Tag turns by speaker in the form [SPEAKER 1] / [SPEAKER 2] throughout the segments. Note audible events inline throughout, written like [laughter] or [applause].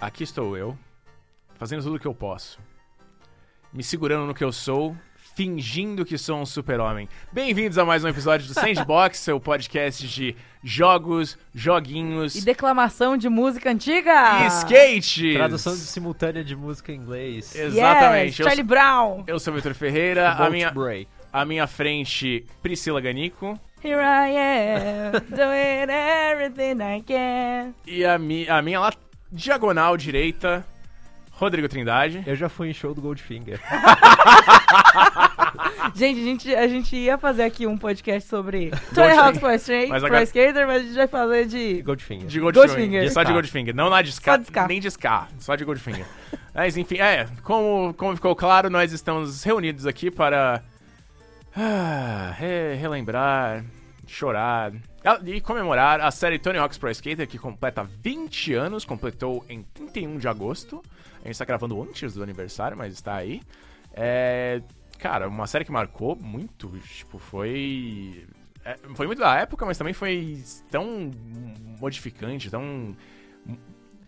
[SPEAKER 1] Aqui estou eu, fazendo tudo o que eu posso. Me segurando no que eu sou, fingindo que sou um super-homem. Bem-vindos a mais um episódio do
[SPEAKER 2] [laughs]
[SPEAKER 1] Sandbox, seu podcast de jogos, joguinhos
[SPEAKER 2] E
[SPEAKER 1] e,
[SPEAKER 2] declamação de música antiga.
[SPEAKER 1] skate!
[SPEAKER 3] Tradução simultânea de música em inglês.
[SPEAKER 2] Yes,
[SPEAKER 1] Exatamente. Eu-
[SPEAKER 2] Charlie Brown.
[SPEAKER 1] eu, sou o Vitor Ferreira, a
[SPEAKER 3] Volt
[SPEAKER 1] minha,
[SPEAKER 3] Bray.
[SPEAKER 1] à minha frente, Priscila Ganico.
[SPEAKER 2] Here I [laughs] am, doing everything I can.
[SPEAKER 1] E a, mi- a minha lá, diagonal direita, Rodrigo Trindade.
[SPEAKER 3] Eu já fui em show do Goldfinger.
[SPEAKER 1] [laughs]
[SPEAKER 2] Gente, a gente, a gente ia fazer aqui um podcast sobre
[SPEAKER 1] Goldfinger.
[SPEAKER 2] Tony [laughs] Hawk's Pro, Skate,
[SPEAKER 1] Mas
[SPEAKER 2] Pro
[SPEAKER 1] agora-
[SPEAKER 2] Skater, mas a gente vai fazer de...
[SPEAKER 3] Goldfinger.
[SPEAKER 1] De Goldfinger.
[SPEAKER 2] Goldfinger. tá.
[SPEAKER 1] Só de
[SPEAKER 3] Ska.
[SPEAKER 1] Goldfinger. Não na de ska,
[SPEAKER 2] Só de ska.
[SPEAKER 1] Nem de ska. Só de Goldfinger. [laughs] Mas enfim, é. Como, como ficou claro, nós estamos reunidos aqui para ah, re- relembrar, chorar ah, e comemorar a série Tony Hawk's Pro Skater, que completa 20 anos, completou em 31 de agosto. A gente está gravando antes do aniversário, mas está aí. É, cara, uma série que marcou muito, tipo, foi... é, foi muito da época, mas também foi tão modificante, tão...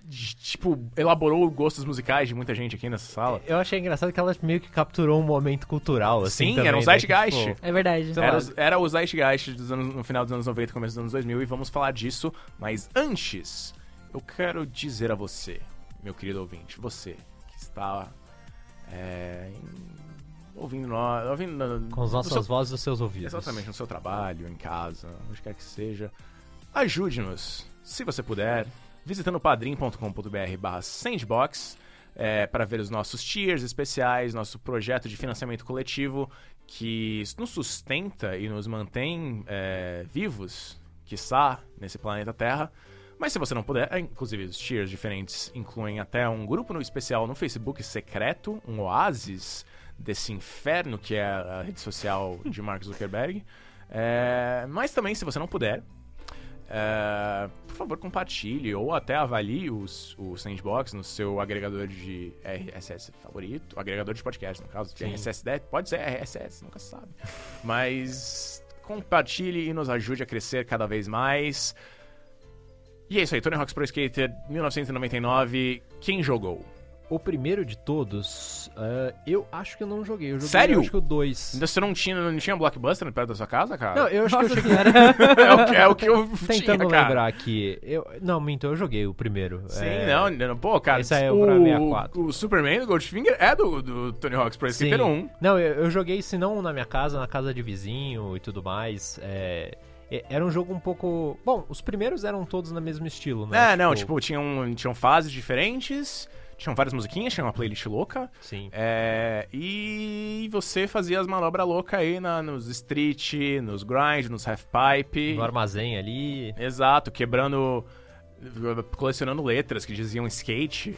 [SPEAKER 1] Tipo, elaborou gostos musicais de muita gente aqui nessa sala.
[SPEAKER 3] Eu achei engraçado que ela meio que capturou um momento cultural, assim.
[SPEAKER 1] Sim,
[SPEAKER 3] também,
[SPEAKER 1] era um
[SPEAKER 3] né?
[SPEAKER 1] zeitgeist.
[SPEAKER 3] Que, tipo,
[SPEAKER 2] É verdade.
[SPEAKER 3] Sei lá.
[SPEAKER 1] Era, os- era o Zeitgeist dos anos, no final dos anos 90, começo dos anos 2000, e vamos falar disso. Mas antes, eu quero dizer a você, meu querido ouvinte, você que está é, em- ouvindo nós. Ouvindo, no-
[SPEAKER 3] com as
[SPEAKER 1] no
[SPEAKER 3] nossas
[SPEAKER 1] seu-
[SPEAKER 3] vozes nos seus ouvidos.
[SPEAKER 1] Exatamente, no seu trabalho, em casa, onde quer que seja. Ajude-nos, se você puder, visitando padrim.com.br barra sandbox é, para ver os nossos tiers especiais, nosso projeto de financiamento coletivo que nos sustenta e nos mantém é, vivos, quiçá, nesse planeta Terra. Mas se você não puder, é, inclusive os tiers diferentes incluem até um grupo no especial no Facebook secreto, um oásis desse inferno que é a rede social de Mark Zuckerberg. É, mas também, se você não puder, é, por favor, compartilhe ou até avalie os, o Sandbox no seu agregador de RSS favorito, agregador de podcast, no caso, de
[SPEAKER 3] Sim.
[SPEAKER 1] RSS, deve- pode ser RSS, nunca se sabe. Mas compartilhe e nos ajude a crescer cada vez mais. E é isso aí, Tony Hawk's Pro Skater 1999, quem jogou?
[SPEAKER 3] O primeiro de todos, ah, eu acho que eu não joguei. Eu joguei
[SPEAKER 1] Sério?
[SPEAKER 3] eu acho que o 2.
[SPEAKER 1] Você não tinha, não tinha blockbuster perto da sua casa, cara?
[SPEAKER 3] Não, eu acho que eu
[SPEAKER 1] [laughs]
[SPEAKER 3] cheguei. [laughs]
[SPEAKER 1] é, o que, é o que eu tinha,
[SPEAKER 3] Tentando
[SPEAKER 1] cara.
[SPEAKER 3] lembrar aqui. Eu... Não, minto, eu joguei o primeiro.
[SPEAKER 1] Sim,
[SPEAKER 3] É,
[SPEAKER 1] não, não, pô, cara,
[SPEAKER 3] Esse aí é o pra
[SPEAKER 1] o,
[SPEAKER 3] 64.
[SPEAKER 1] o Superman do Goldfinger é do, do Tony Hawk's Pro Skater 1.
[SPEAKER 3] Não, eu, eu joguei, se não na minha casa, na casa de vizinho e tudo mais. é, e- era um jogo um pouco. Bom, os primeiros eram todos no mesmo estilo, né?
[SPEAKER 1] É, não, tipo, tinham, tinham fases diferentes, tinham várias musiquinhas, tinha uma playlist louca.
[SPEAKER 3] Sim.
[SPEAKER 1] tipo, É, e você fazia as manobras loucas aí na, nos street, nos grind, nos half-pipe.
[SPEAKER 3] No armazém ali.
[SPEAKER 1] Exato, quebrando. colecionando letras que diziam skate.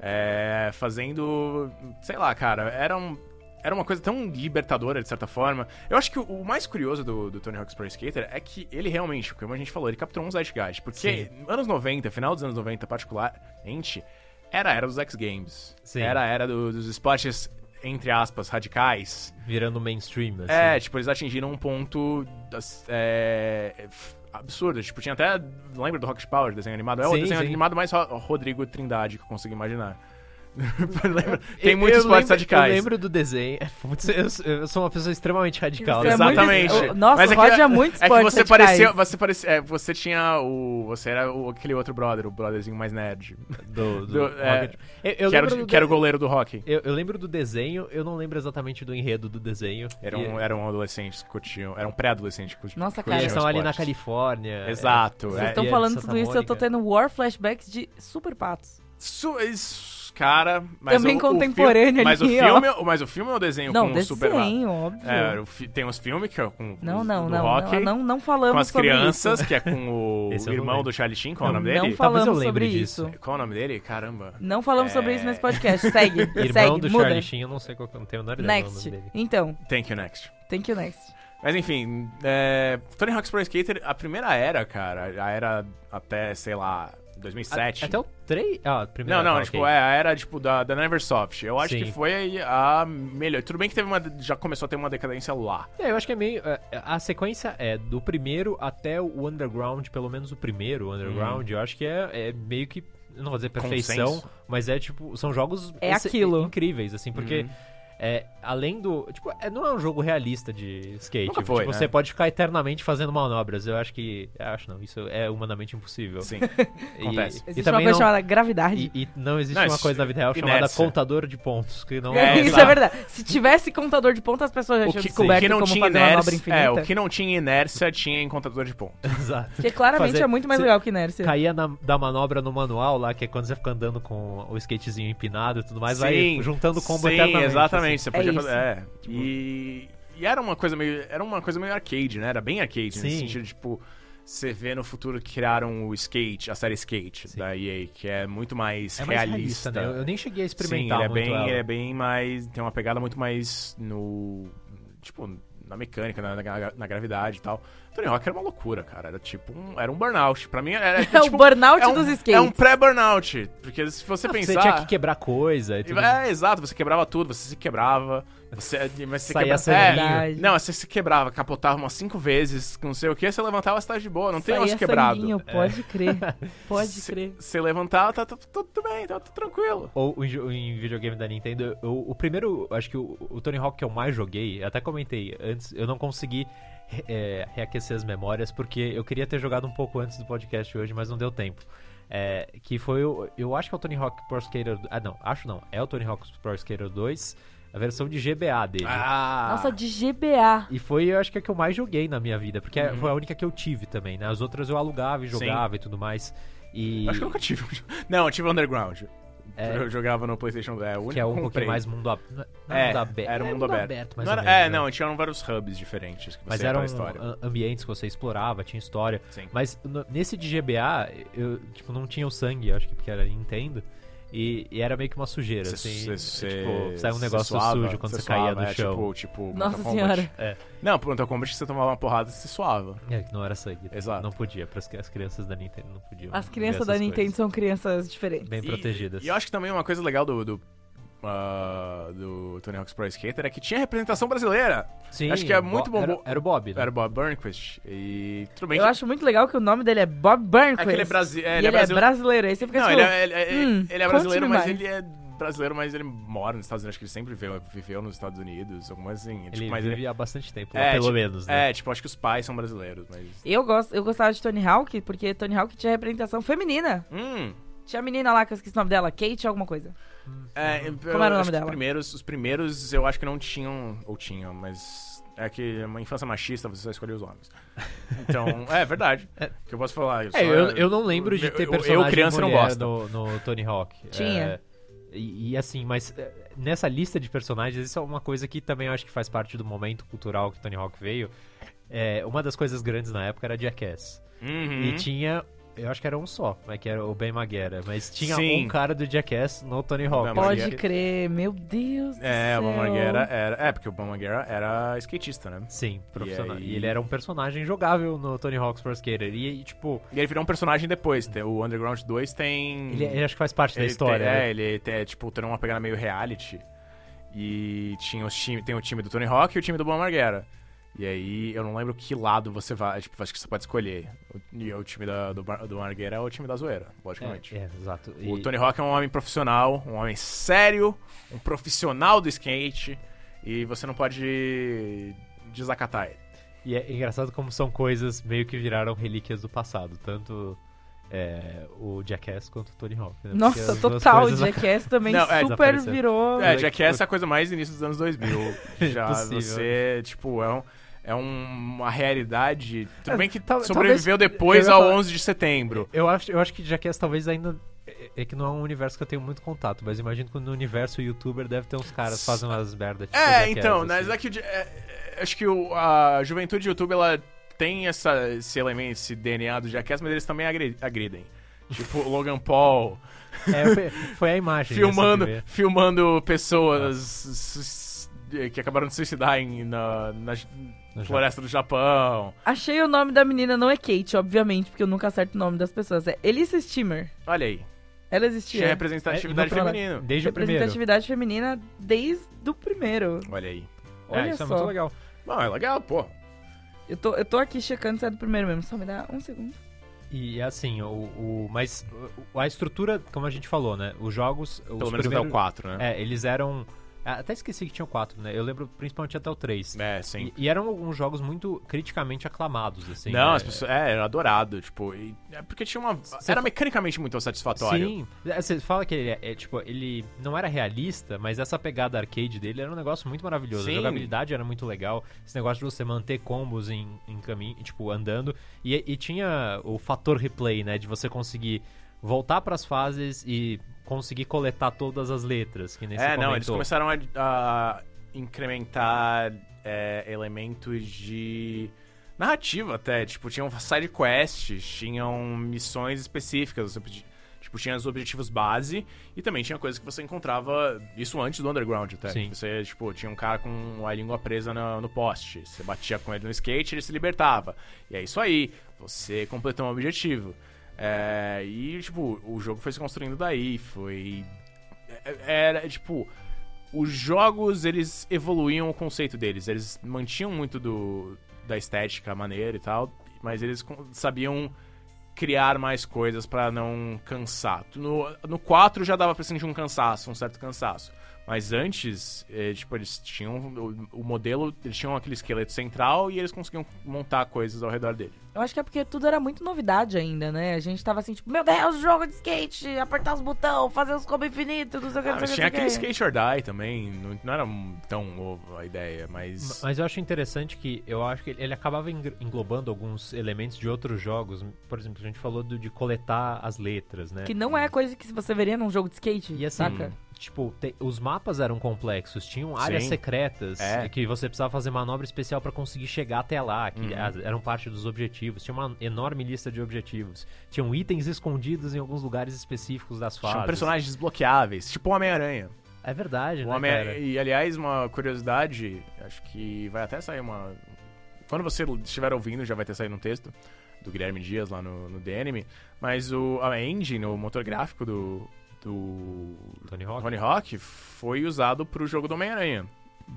[SPEAKER 1] é, fazendo. sei lá, cara, era, um- era uma coisa tão libertadora, de certa forma. Eu acho que o, o mais curioso do, do Tony Hawk's Pro Skater é que ele realmente, como a gente falou, ele capturou um zeitgeist. Porque anos 90, final dos anos 90 particularmente, era a era dos X-Games.
[SPEAKER 3] Sim.
[SPEAKER 1] Era a era do- dos esportes, entre aspas, radicais.
[SPEAKER 3] Virando mainstream, assim.
[SPEAKER 1] É, tipo, eles atingiram um ponto das- é, f- absurdo. Tipo, tinha até. Lembra do Rocket Power, desenho animado? É o
[SPEAKER 3] Sim,
[SPEAKER 1] desenho
[SPEAKER 3] sim.
[SPEAKER 1] animado mais Ro- Rodrigo Trindade que eu consigo imaginar. [laughs] Lembra? Tem
[SPEAKER 3] Eu-
[SPEAKER 1] muitos esportes
[SPEAKER 3] eu lembro-
[SPEAKER 1] radicais.
[SPEAKER 3] Eu lembro do desenho. é, Putz, eu, eu sou uma pessoa extremamente radical.
[SPEAKER 2] Você é muito-
[SPEAKER 1] Exatamente.
[SPEAKER 2] eu- nossa,
[SPEAKER 1] Mas é que,
[SPEAKER 2] o Rod é muito
[SPEAKER 1] É que
[SPEAKER 2] esportes
[SPEAKER 1] você
[SPEAKER 2] radicais.
[SPEAKER 1] parecia. Você parecia. é, você tinha o. Você era o- aquele outro brother, o brotherzinho mais nerd.
[SPEAKER 3] Do, do,
[SPEAKER 1] do- é,
[SPEAKER 3] Rocket. Eu- eu
[SPEAKER 1] que, era,
[SPEAKER 3] lembro
[SPEAKER 1] o-
[SPEAKER 3] do
[SPEAKER 1] que era o
[SPEAKER 3] de-
[SPEAKER 1] goleiro do hockey.
[SPEAKER 3] eu, eu lembro do desenho, eu não lembro exatamente do enredo do desenho.
[SPEAKER 1] Eram,
[SPEAKER 3] E-
[SPEAKER 1] eram adolescentes que curtiam. Eram pré-adolescentes que curtiam.
[SPEAKER 2] Nossa, cara.
[SPEAKER 3] eles estão ali na
[SPEAKER 1] esportes.
[SPEAKER 3] Califórnia.
[SPEAKER 1] um Exato.
[SPEAKER 2] Vocês
[SPEAKER 1] é,
[SPEAKER 2] estão
[SPEAKER 3] e a
[SPEAKER 2] falando
[SPEAKER 3] Santa
[SPEAKER 2] tudo isso, eu tô
[SPEAKER 3] Mônica.
[SPEAKER 2] tendo war flashbacks de super patos.
[SPEAKER 1] Su- isso, cara, mas
[SPEAKER 2] Também
[SPEAKER 1] o- o
[SPEAKER 2] contemporâneo
[SPEAKER 1] filme- mas o
[SPEAKER 2] ali,
[SPEAKER 1] filme, Mas o filme é o desenho
[SPEAKER 2] não,
[SPEAKER 1] com o
[SPEAKER 2] desenho,
[SPEAKER 1] Super
[SPEAKER 2] óbvio.
[SPEAKER 1] é, o fi- Tem uns filmes que é com
[SPEAKER 2] não,
[SPEAKER 1] os-
[SPEAKER 2] não,
[SPEAKER 1] do
[SPEAKER 2] não,
[SPEAKER 1] Rock,
[SPEAKER 2] não, não, não
[SPEAKER 1] com
[SPEAKER 2] falamos
[SPEAKER 1] as
[SPEAKER 2] sobre
[SPEAKER 1] crianças,
[SPEAKER 2] isso.
[SPEAKER 1] que é com o
[SPEAKER 3] [laughs] Esse eu não
[SPEAKER 1] irmão
[SPEAKER 3] lembro.
[SPEAKER 1] do Charlie Sheen, qual é o
[SPEAKER 2] Não,
[SPEAKER 1] nome dele?
[SPEAKER 2] não
[SPEAKER 3] eu
[SPEAKER 2] falamos
[SPEAKER 3] lembre
[SPEAKER 2] sobre
[SPEAKER 3] disso.
[SPEAKER 2] isso.
[SPEAKER 1] Qual é o nome dele? Caramba.
[SPEAKER 2] Não falamos sobre isso
[SPEAKER 1] É. [laughs]
[SPEAKER 2] nesse podcast. Segue,
[SPEAKER 3] Irmão
[SPEAKER 2] segue,
[SPEAKER 3] do
[SPEAKER 2] muda.
[SPEAKER 3] Charlie Sheen, eu não sei qual que eu não tenho nada
[SPEAKER 2] Next. Então,
[SPEAKER 1] Thank you, next.
[SPEAKER 2] thank you next.
[SPEAKER 1] Mas enfim, é, Tony Hawk's Pro Skater, a primeira era, cara, a era até, sei lá, 2007.
[SPEAKER 3] Até o 3? Ah, primeiro.
[SPEAKER 1] Não, não,
[SPEAKER 3] tá,
[SPEAKER 1] tipo,
[SPEAKER 3] ok.
[SPEAKER 1] é, a era tipo, da, da Neversoft. Eu acho
[SPEAKER 3] Sim.
[SPEAKER 1] que foi a melhor. Tudo bem que teve uma. Já começou a ter uma decadência lá.
[SPEAKER 3] É, eu acho que é meio. é, A sequência é do primeiro até o Underground, pelo menos o primeiro o Underground, eu acho que é, é meio que eu não vou dizer perfeição,
[SPEAKER 1] Consenso.
[SPEAKER 3] mas é tipo, são jogos
[SPEAKER 2] É
[SPEAKER 3] exce-
[SPEAKER 2] aquilo.
[SPEAKER 3] incríveis, assim, porque é, além do. Tipo, é- não é um jogo realista de skate.
[SPEAKER 1] Nunca foi,
[SPEAKER 3] tipo,
[SPEAKER 1] né?
[SPEAKER 3] Você pode ficar eternamente fazendo manobras. Eu acho que. eu Acho não, isso é humanamente
[SPEAKER 2] [laughs]
[SPEAKER 3] impossível.
[SPEAKER 1] Sim.
[SPEAKER 3] E-
[SPEAKER 1] acontece.
[SPEAKER 3] E,
[SPEAKER 2] Existe uma
[SPEAKER 3] também
[SPEAKER 2] coisa
[SPEAKER 3] não,
[SPEAKER 2] chamada gravidade. [laughs]
[SPEAKER 3] e, e não existe
[SPEAKER 1] Não,
[SPEAKER 3] uma
[SPEAKER 1] isso-
[SPEAKER 3] coisa na vida real chamada
[SPEAKER 1] inércia.
[SPEAKER 3] contador de pontos. Que não
[SPEAKER 1] É,
[SPEAKER 2] Isso
[SPEAKER 1] exato.
[SPEAKER 2] é verdade. Se tivesse contador de pontas, as pessoas já
[SPEAKER 1] O
[SPEAKER 2] tinham
[SPEAKER 1] que, o
[SPEAKER 2] descoberto
[SPEAKER 1] que não
[SPEAKER 2] como
[SPEAKER 1] tinha
[SPEAKER 2] fazer uma manobra
[SPEAKER 1] inércia,
[SPEAKER 2] infinita.
[SPEAKER 1] é, o que não tinha inércia tinha em contador de pontos.
[SPEAKER 3] [laughs] Exato.
[SPEAKER 2] Porque claramente
[SPEAKER 3] fazer-
[SPEAKER 2] é muito mais
[SPEAKER 3] se-
[SPEAKER 2] legal que inércia.
[SPEAKER 3] Caía na- da manobra no manual lá, que é quando você fica andando com o skatezinho empinado e tudo mais, vai juntando combo
[SPEAKER 1] sim,
[SPEAKER 3] eternamente. assim.
[SPEAKER 1] exatamente. Você
[SPEAKER 2] É
[SPEAKER 1] podia
[SPEAKER 2] isso.
[SPEAKER 1] fazer. É. E, e era uma coisa meio. Era uma coisa meio arcade, né? Era bem arcade, nesse
[SPEAKER 3] Sim.
[SPEAKER 1] sentido, tipo, você vê no futuro que criaram o skate, a série skate
[SPEAKER 3] Sim.
[SPEAKER 1] da EA, que é muito mais
[SPEAKER 3] assim. É mais
[SPEAKER 1] realista.
[SPEAKER 3] realista, né? Eu, eu nem cheguei a
[SPEAKER 1] Sim,
[SPEAKER 3] experimentar
[SPEAKER 1] ele é
[SPEAKER 3] muito
[SPEAKER 1] bem,
[SPEAKER 3] ela.
[SPEAKER 1] ele é bem mais. Tem uma pegada muito mais no. Tipo, na mecânica, na, na- na gravidade e tal. Tony Hawk era uma loucura, cara. Era tipo um. Era um burnout. Pra mim era.
[SPEAKER 2] [laughs] [laughs] É o
[SPEAKER 1] tipo,
[SPEAKER 2] burnout
[SPEAKER 1] é um-
[SPEAKER 2] dos skates.
[SPEAKER 1] É um pré-burnout. Porque se você
[SPEAKER 3] Ah,
[SPEAKER 1] pensar.
[SPEAKER 3] Você tinha que quebrar coisa e tudo.
[SPEAKER 1] É, exato, você quebrava tudo, você se quebrava. Você, mas você
[SPEAKER 3] Saía
[SPEAKER 1] quebra-
[SPEAKER 3] sanguinho.
[SPEAKER 1] é, Não, você se quebrava, capotava umas cinco vezes, não sei o que, você levantava, você tava de boa, não tem osso
[SPEAKER 2] Saía
[SPEAKER 1] quebrado. É.
[SPEAKER 2] sanguinho, Pode crer.
[SPEAKER 1] [laughs]
[SPEAKER 2] Pode
[SPEAKER 1] Você-
[SPEAKER 2] crer.
[SPEAKER 1] Você levantava, tá, tá tudo bem, tá tudo tranquilo.
[SPEAKER 3] Ou o jo- em videogame da Nintendo, eu- o primeiro, acho que o, o Tony Hawk que eu mais joguei, eu até comentei antes, eu não consegui re- é, reaquecer as memórias, porque eu queria ter jogado um pouco antes do podcast hoje, mas não deu tempo. É, que foi, o, eu acho que é o Tony Hawk Pro Skater. Ah, não, acho não, é o Tony Hawk Pro Skater 2, a versão de GBA dele.
[SPEAKER 1] Ah,
[SPEAKER 2] Nossa, de GBA.
[SPEAKER 3] E foi, eu acho que é a que eu mais joguei na minha vida, porque é, foi a única que eu tive também, né? As outras eu alugava e
[SPEAKER 1] Uhum. Sim.
[SPEAKER 3] jogava e tudo mais. E
[SPEAKER 1] eu acho que eu nunca tive. um jo- Não, eu tive Underground.
[SPEAKER 3] É.
[SPEAKER 1] Eu jogava no PlayStation, é, o único
[SPEAKER 3] que é um
[SPEAKER 1] comprei.
[SPEAKER 3] pouquinho mais mundo aberto. Não é
[SPEAKER 1] É,
[SPEAKER 3] mundo aberto.
[SPEAKER 1] Era um
[SPEAKER 3] é
[SPEAKER 1] mundo aberto.
[SPEAKER 3] mais
[SPEAKER 1] Não
[SPEAKER 3] ou
[SPEAKER 1] era-
[SPEAKER 3] menos,
[SPEAKER 1] é,
[SPEAKER 3] né?
[SPEAKER 1] não, tinham vários hubs diferentes que você
[SPEAKER 3] Mas um
[SPEAKER 1] ia pra
[SPEAKER 3] eram
[SPEAKER 1] história.
[SPEAKER 3] a- ambientes que você explorava, tinha história.
[SPEAKER 1] Sim.
[SPEAKER 3] Mas no- nesse de GBA, eu, tipo, não tinha o sangue, acho que porque era Nintendo. E, e era meio que uma sujeira,
[SPEAKER 1] Você-
[SPEAKER 3] assim.
[SPEAKER 1] você- você-
[SPEAKER 3] tipo, saiu um
[SPEAKER 1] você
[SPEAKER 3] negócio
[SPEAKER 1] suava,
[SPEAKER 3] sujo quando você, caía
[SPEAKER 1] suava,
[SPEAKER 3] do
[SPEAKER 1] é,
[SPEAKER 3] chão.
[SPEAKER 1] Tipo, tipo,
[SPEAKER 2] Nossa
[SPEAKER 1] Mortal Kombat.
[SPEAKER 2] senhora.
[SPEAKER 1] Não, pro Mortal Kombat você tomava uma porrada e você suava.
[SPEAKER 3] É, que não era sangue.
[SPEAKER 1] Exato.
[SPEAKER 3] Não podia, para as crianças da Nintendo não podiam.
[SPEAKER 2] As
[SPEAKER 3] ver
[SPEAKER 2] crianças
[SPEAKER 3] essas
[SPEAKER 2] da
[SPEAKER 3] coisas.
[SPEAKER 2] Nintendo são crianças diferentes.
[SPEAKER 3] Bem
[SPEAKER 1] E-
[SPEAKER 3] protegidas.
[SPEAKER 1] E, eu acho que também uma coisa legal do, do, ah, do Tony Hawk's Pro Skater é que tinha representação brasileira.
[SPEAKER 3] Sim,
[SPEAKER 1] acho que é
[SPEAKER 3] o Bo-
[SPEAKER 1] muito bom-
[SPEAKER 3] Era, era o Bob, né?
[SPEAKER 1] Era o Bob Burnquist. E tudo bem
[SPEAKER 2] Eu
[SPEAKER 1] que...
[SPEAKER 2] acho muito legal que o nome dele é Bob Burnquist.
[SPEAKER 1] É que ele é, brasi... é,
[SPEAKER 2] E
[SPEAKER 1] ele é brasileiro.
[SPEAKER 2] brasileiro. Aí você fica
[SPEAKER 1] Não,
[SPEAKER 2] tipo,
[SPEAKER 1] ele é, ele é-
[SPEAKER 2] "Hum,
[SPEAKER 1] ele é brasileiro,
[SPEAKER 2] conte-me
[SPEAKER 1] mas
[SPEAKER 2] mais."
[SPEAKER 1] ele é brasileiro, mas ele mora nos Estados Unidos. Acho que ele sempre viveu, viveu nos Estados Unidos, alguma coisa assim.
[SPEAKER 3] Ele
[SPEAKER 1] tipo, mas
[SPEAKER 3] vivia
[SPEAKER 1] ele...
[SPEAKER 3] há bastante tempo,
[SPEAKER 1] É,
[SPEAKER 3] pelo
[SPEAKER 1] tipo-
[SPEAKER 3] menos, né?
[SPEAKER 1] É, tipo, acho que os pais são brasileiros, mas...
[SPEAKER 2] Eu, gosto, eu gostava de Tony Hawk, porque Tony Hawk tinha representação feminina.
[SPEAKER 1] Hum...
[SPEAKER 2] Tinha a menina lá, que eu esqueci o nome dela, Kate alguma coisa.
[SPEAKER 3] Uhum.
[SPEAKER 1] É, eu- eu
[SPEAKER 2] era o nome
[SPEAKER 1] acho que
[SPEAKER 2] dela?
[SPEAKER 1] Os primeiros, os primeiros eu acho que não tinham, ou tinham, mas é que é uma infância machista, você só escolheu os
[SPEAKER 3] [laughs]
[SPEAKER 1] homens. Então, é verdade. O que eu posso falar?
[SPEAKER 3] É,
[SPEAKER 1] só-
[SPEAKER 3] eu, eu não lembro de
[SPEAKER 1] eu-
[SPEAKER 3] ter
[SPEAKER 1] eu-
[SPEAKER 3] personagem
[SPEAKER 1] Eu, criança, não
[SPEAKER 3] mulher
[SPEAKER 1] gosto.
[SPEAKER 3] No, no Tony Hawk.
[SPEAKER 2] Tinha.
[SPEAKER 3] É, e, e assim, mas é, nessa lista de personagens, isso é uma coisa que também eu acho que faz parte do momento cultural que Tony Hawk veio. É, uma das coisas grandes na época era Jackass.
[SPEAKER 1] Uhum.
[SPEAKER 3] E tinha... Eu acho que era um só, né, que era o Ben Maguera. Mas tinha
[SPEAKER 1] Sim.
[SPEAKER 3] um cara do Jackass no Tony
[SPEAKER 1] Ben
[SPEAKER 3] Hawk.
[SPEAKER 1] Maguera.
[SPEAKER 2] Pode crer, meu Deus do
[SPEAKER 1] É, o
[SPEAKER 2] céu.
[SPEAKER 1] Bamaguera era. É, porque o Bamaguera era skatista, né?
[SPEAKER 3] Sim, profissional.
[SPEAKER 1] aí-
[SPEAKER 3] E, ele era um personagem jogável no Tony Hawk's Pro Skater. E, e, tipo,
[SPEAKER 1] E ele virou um personagem depois. tem- O Underground 2 tem.
[SPEAKER 3] ele, é ele acho que faz parte da
[SPEAKER 1] Uhum. Ele
[SPEAKER 3] história.
[SPEAKER 1] tem-
[SPEAKER 3] né?
[SPEAKER 1] é, ele tem, é, tipo, tem uma pegada meio reality. E tinha os time, tem o time do Tony Hawk e o time do Boa Marguera. E aí, eu não lembro que lado você vai. Tipo, acho que você pode escolher. O- E o time da- do, Bar- do Marguera é o time da zoeira, logicamente.
[SPEAKER 3] É, é, exato.
[SPEAKER 1] O
[SPEAKER 3] E-
[SPEAKER 1] Tony Hawk é um homem profissional, um homem sério, um profissional do skate. E você não pode desacatar ele.
[SPEAKER 3] E é engraçado como são coisas meio que viraram relíquias do passado, tanto é, o Jackass quanto o Tony Hawk. né? Porque
[SPEAKER 2] Nossa,
[SPEAKER 3] as duas
[SPEAKER 2] total, o
[SPEAKER 3] coisas-
[SPEAKER 2] Jackass também
[SPEAKER 1] Não, é,
[SPEAKER 2] super
[SPEAKER 3] desapareceu.
[SPEAKER 2] virou...
[SPEAKER 1] É, Jackass é a coisa mais início dos anos 2000.
[SPEAKER 3] [laughs]
[SPEAKER 1] Já
[SPEAKER 3] Impossível.
[SPEAKER 1] você, tipo, é um. É um- uma realidade. Tudo
[SPEAKER 3] É,
[SPEAKER 1] bem que
[SPEAKER 3] tal-
[SPEAKER 1] sobreviveu
[SPEAKER 3] talvez-
[SPEAKER 1] depois
[SPEAKER 3] eu ia
[SPEAKER 1] ao
[SPEAKER 3] falar-
[SPEAKER 1] 11 de setembro.
[SPEAKER 3] Eu acho, eu acho que Jackass talvez ainda. é- É que não é um universo que eu tenho muito contato, mas imagino que no universo youtuber deve ter uns caras que fazem umas merdas. Tipo
[SPEAKER 1] É,
[SPEAKER 3] Jackass,
[SPEAKER 1] então,
[SPEAKER 3] assim.
[SPEAKER 1] mas é que, é, é, acho que o- a juventude do YouTube ela tem essa, esse elemento, esse DNA do Jackass, mas eles também agre- agridem.
[SPEAKER 3] [laughs]
[SPEAKER 1] Tipo, o Logan Paul
[SPEAKER 3] É, foi, foi a imagem. né,
[SPEAKER 1] filmando,
[SPEAKER 3] você vê.
[SPEAKER 1] filmando pessoas
[SPEAKER 3] Ah.
[SPEAKER 1] su- su- que acabaram de suicidar em- na, na
[SPEAKER 3] No
[SPEAKER 1] floresta do Japão.
[SPEAKER 2] Achei o nome da menina, não é Kate, obviamente, porque eu nunca acerto o nome das pessoas. É Elissa Steamer.
[SPEAKER 1] Olha aí.
[SPEAKER 2] Ela
[SPEAKER 1] Tinha
[SPEAKER 2] existia.
[SPEAKER 1] representatividade
[SPEAKER 2] É, no-
[SPEAKER 1] feminina.
[SPEAKER 3] Desde o primeiro.
[SPEAKER 2] Representatividade feminina desde o primeiro.
[SPEAKER 1] Olha aí.
[SPEAKER 3] É,
[SPEAKER 2] Olha
[SPEAKER 3] isso é
[SPEAKER 2] só.
[SPEAKER 3] muito legal.
[SPEAKER 1] Não, é legal, pô.
[SPEAKER 2] Eu tô, eu tô aqui checando se é do primeiro mesmo. Só me dá um segundo.
[SPEAKER 3] E é assim, o, o- mas o- a estrutura, como a gente falou, né? Os jogos. os
[SPEAKER 1] Pelo menos até o
[SPEAKER 3] primeiros-
[SPEAKER 1] 4, né?
[SPEAKER 3] É, eles eram. Até esqueci que tinha o 4, né? Eu lembro principalmente até o 3.
[SPEAKER 1] É, sim.
[SPEAKER 3] E, e eram alguns jogos muito criticamente aclamados, assim.
[SPEAKER 1] não,
[SPEAKER 3] né?
[SPEAKER 1] as pessoas. É, era adorado, tipo. e- é porque tinha uma. era mecanicamente muito satisfatório.
[SPEAKER 3] Sim, É, você fala que ele é, é, tipo, ele não era realista, mas essa pegada arcade dele era um negócio muito maravilhoso.
[SPEAKER 1] Sim.
[SPEAKER 3] A jogabilidade era muito legal, esse negócio de você manter combos em, em caminho, tipo, andando. E, e tinha o fator replay, né? De você conseguir voltar pras fases e conseguir coletar todas as letras, que nem
[SPEAKER 1] É,
[SPEAKER 3] você
[SPEAKER 1] não, eles
[SPEAKER 3] comentou.
[SPEAKER 1] começaram a, a incrementar é, elementos de narrativa até. Tipo, tinham side quests, tinham missões específicas. você podia- Tipo, tinha os objetivos base e também tinha coisas que você encontrava isso antes do Underground até.
[SPEAKER 3] Sim.
[SPEAKER 1] Você, tipo, tinha um cara com a língua presa na- no poste. Você batia com ele no skate ele se libertava. E é isso aí. Você completou um objetivo. É, e, tipo, o jogo foi se construindo daí. Foi é- era tipo os jogos eles evoluíam o conceito deles eles mantinham muito do da estética a maneira e tal mas eles con- sabiam criar mais coisas pra não cansar no, no 4 já dava pra sentir um cansaço um certo cansaço mas antes eh, tipo eles tinham o, o modelo eles tinham aquele esqueleto central e eles conseguiam montar coisas ao redor dele
[SPEAKER 2] Eu acho que é porque tudo era muito novidade ainda, né? A gente tava assim, tipo, meu Deus, jogo de skate, apertar os botões, fazer os combos infinitos, não sei o que,
[SPEAKER 1] Ah,
[SPEAKER 2] não
[SPEAKER 1] mas
[SPEAKER 2] sei
[SPEAKER 1] tinha
[SPEAKER 2] o que.
[SPEAKER 1] aquele
[SPEAKER 2] não sei o que.
[SPEAKER 1] skate or die também não, não era um tão ovo a ideia mas
[SPEAKER 3] Mas eu acho interessante que eu acho que ele- ele acabava engr- englobando alguns elementos de outros jogos. Por exemplo, a gente falou do- de coletar as letras, né?
[SPEAKER 2] Que não é coisa que você veria num jogo de skate,
[SPEAKER 3] E assim,
[SPEAKER 2] saca?
[SPEAKER 3] tipo, te- os mapas eram complexos, tinham áreas
[SPEAKER 1] Sim.
[SPEAKER 3] secretas
[SPEAKER 1] É.
[SPEAKER 3] e que você precisava fazer manobra especial pra conseguir chegar até lá, que
[SPEAKER 1] Uhum.
[SPEAKER 3] as- eram parte dos objetivos. Tinha uma enorme lista de objetivos. Tinham itens escondidos em alguns lugares específicos das fases.
[SPEAKER 1] Tinham personagens desbloqueáveis, tipo o Homem-Aranha.
[SPEAKER 3] É verdade,
[SPEAKER 1] O
[SPEAKER 3] né,
[SPEAKER 1] Um Homem
[SPEAKER 3] cara?
[SPEAKER 1] e, aliás, uma curiosidade, acho que vai até sair uma. Quando você estiver ouvindo, já vai ter saído um texto do Guilherme Dias lá no, no DNM. Mas o, a engine, o motor gráfico do, do
[SPEAKER 3] Tony Hawk.
[SPEAKER 1] Tony Hawk foi usado pro jogo do Homem-Aranha.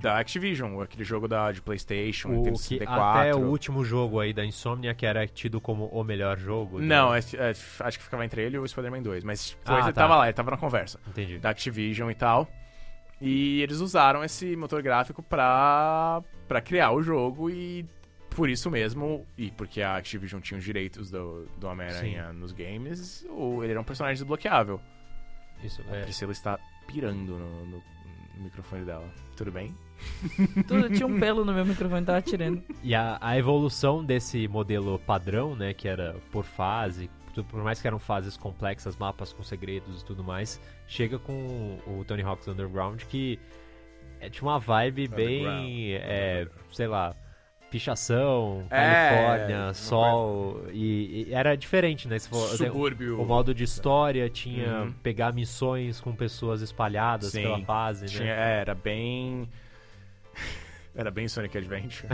[SPEAKER 1] Da Activision, aquele jogo da, um de PlayStation,
[SPEAKER 3] O
[SPEAKER 1] Nintendo
[SPEAKER 3] que
[SPEAKER 1] 64.
[SPEAKER 3] até o último jogo aí da Insomnia, que era tido como o melhor jogo. né?
[SPEAKER 1] Não, é- é- acho que ficava entre ele e o Spider-Man 2. Mas
[SPEAKER 3] Ah,
[SPEAKER 1] ele
[SPEAKER 3] tá.
[SPEAKER 1] tava lá, ele tava na conversa.
[SPEAKER 3] Entendi.
[SPEAKER 1] da Activision e tal. E eles usaram esse motor gráfico pra, pra criar o jogo e por isso mesmo, e porque a Activision tinha os direitos do, do Homem-Aranha nos games, o, ele era um personagem desbloqueável.
[SPEAKER 3] Isso,
[SPEAKER 1] A
[SPEAKER 3] é.
[SPEAKER 1] Priscila está pirando no, no- no microfone dela. Tudo bem?
[SPEAKER 2] Tudo tinha
[SPEAKER 3] [laughs]
[SPEAKER 2] um pelo no meu microfone, tava tirando.
[SPEAKER 3] é. E a, a evolução desse modelo padrão, né, que era por fase, tu- por mais que eram fases complexas, mapas com segredos e tudo mais, chega com o Tony Hawk's Underground que é, tinha uma vibe bem,
[SPEAKER 1] Underground,
[SPEAKER 3] é,
[SPEAKER 1] Underground.
[SPEAKER 3] sei lá, pichação,
[SPEAKER 1] É,
[SPEAKER 3] Califórnia,
[SPEAKER 1] uma
[SPEAKER 3] sol, e, e era diferente, né? Se for,
[SPEAKER 1] Subúrbio.
[SPEAKER 3] o modo de história tinha
[SPEAKER 1] Uhum.
[SPEAKER 3] pegar missões com pessoas espalhadas
[SPEAKER 1] Sim,
[SPEAKER 3] pela fase, né?
[SPEAKER 1] Tinha- é, era bem. [laughs] Era bem Sonic Adventure.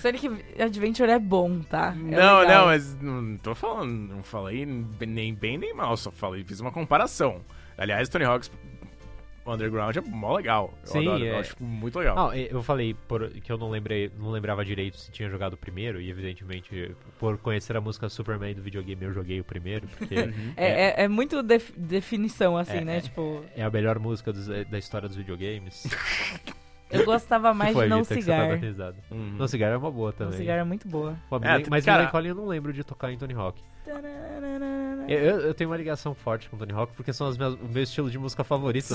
[SPEAKER 2] Sonic Adventure é bom, tá? É
[SPEAKER 1] não,
[SPEAKER 2] legal.
[SPEAKER 1] não, mas não tô falando, não falei nem bem nem mal, só falei, fiz uma comparação. Aliás, Tony Hawk's Underground é mó legal. Eu
[SPEAKER 3] Sim,
[SPEAKER 1] adoro, eu
[SPEAKER 3] é.
[SPEAKER 1] acho muito legal.
[SPEAKER 3] Ah, eu falei por- que eu não lembrei, não lembrava direito se tinha jogado o primeiro, e evidentemente, por conhecer a música Superman do videogame, eu joguei o primeiro, porque
[SPEAKER 2] É, é, é muito def- definição, assim,
[SPEAKER 3] É,
[SPEAKER 2] né?
[SPEAKER 3] é.
[SPEAKER 2] Tipo,
[SPEAKER 3] é a melhor música dos- da história dos videogames.
[SPEAKER 2] [laughs] eu gostava
[SPEAKER 3] que
[SPEAKER 2] mais
[SPEAKER 3] foi,
[SPEAKER 2] de Não
[SPEAKER 3] Vitor, que você tá
[SPEAKER 2] Cigar.
[SPEAKER 3] dando risada.
[SPEAKER 1] Uhum.
[SPEAKER 3] Não Cigar é uma boa
[SPEAKER 2] Não
[SPEAKER 3] também.
[SPEAKER 2] Cigar é muito boa.
[SPEAKER 3] Pô,
[SPEAKER 1] É,
[SPEAKER 3] Mel- mas
[SPEAKER 1] cara-
[SPEAKER 3] Melancholy eu não lembro de tocar em Tony Hawk. Eu, eu- eu tenho uma ligação forte com Tony Hawk, porque são as minhas, o meu estilo de música favorito,
[SPEAKER 2] Sim,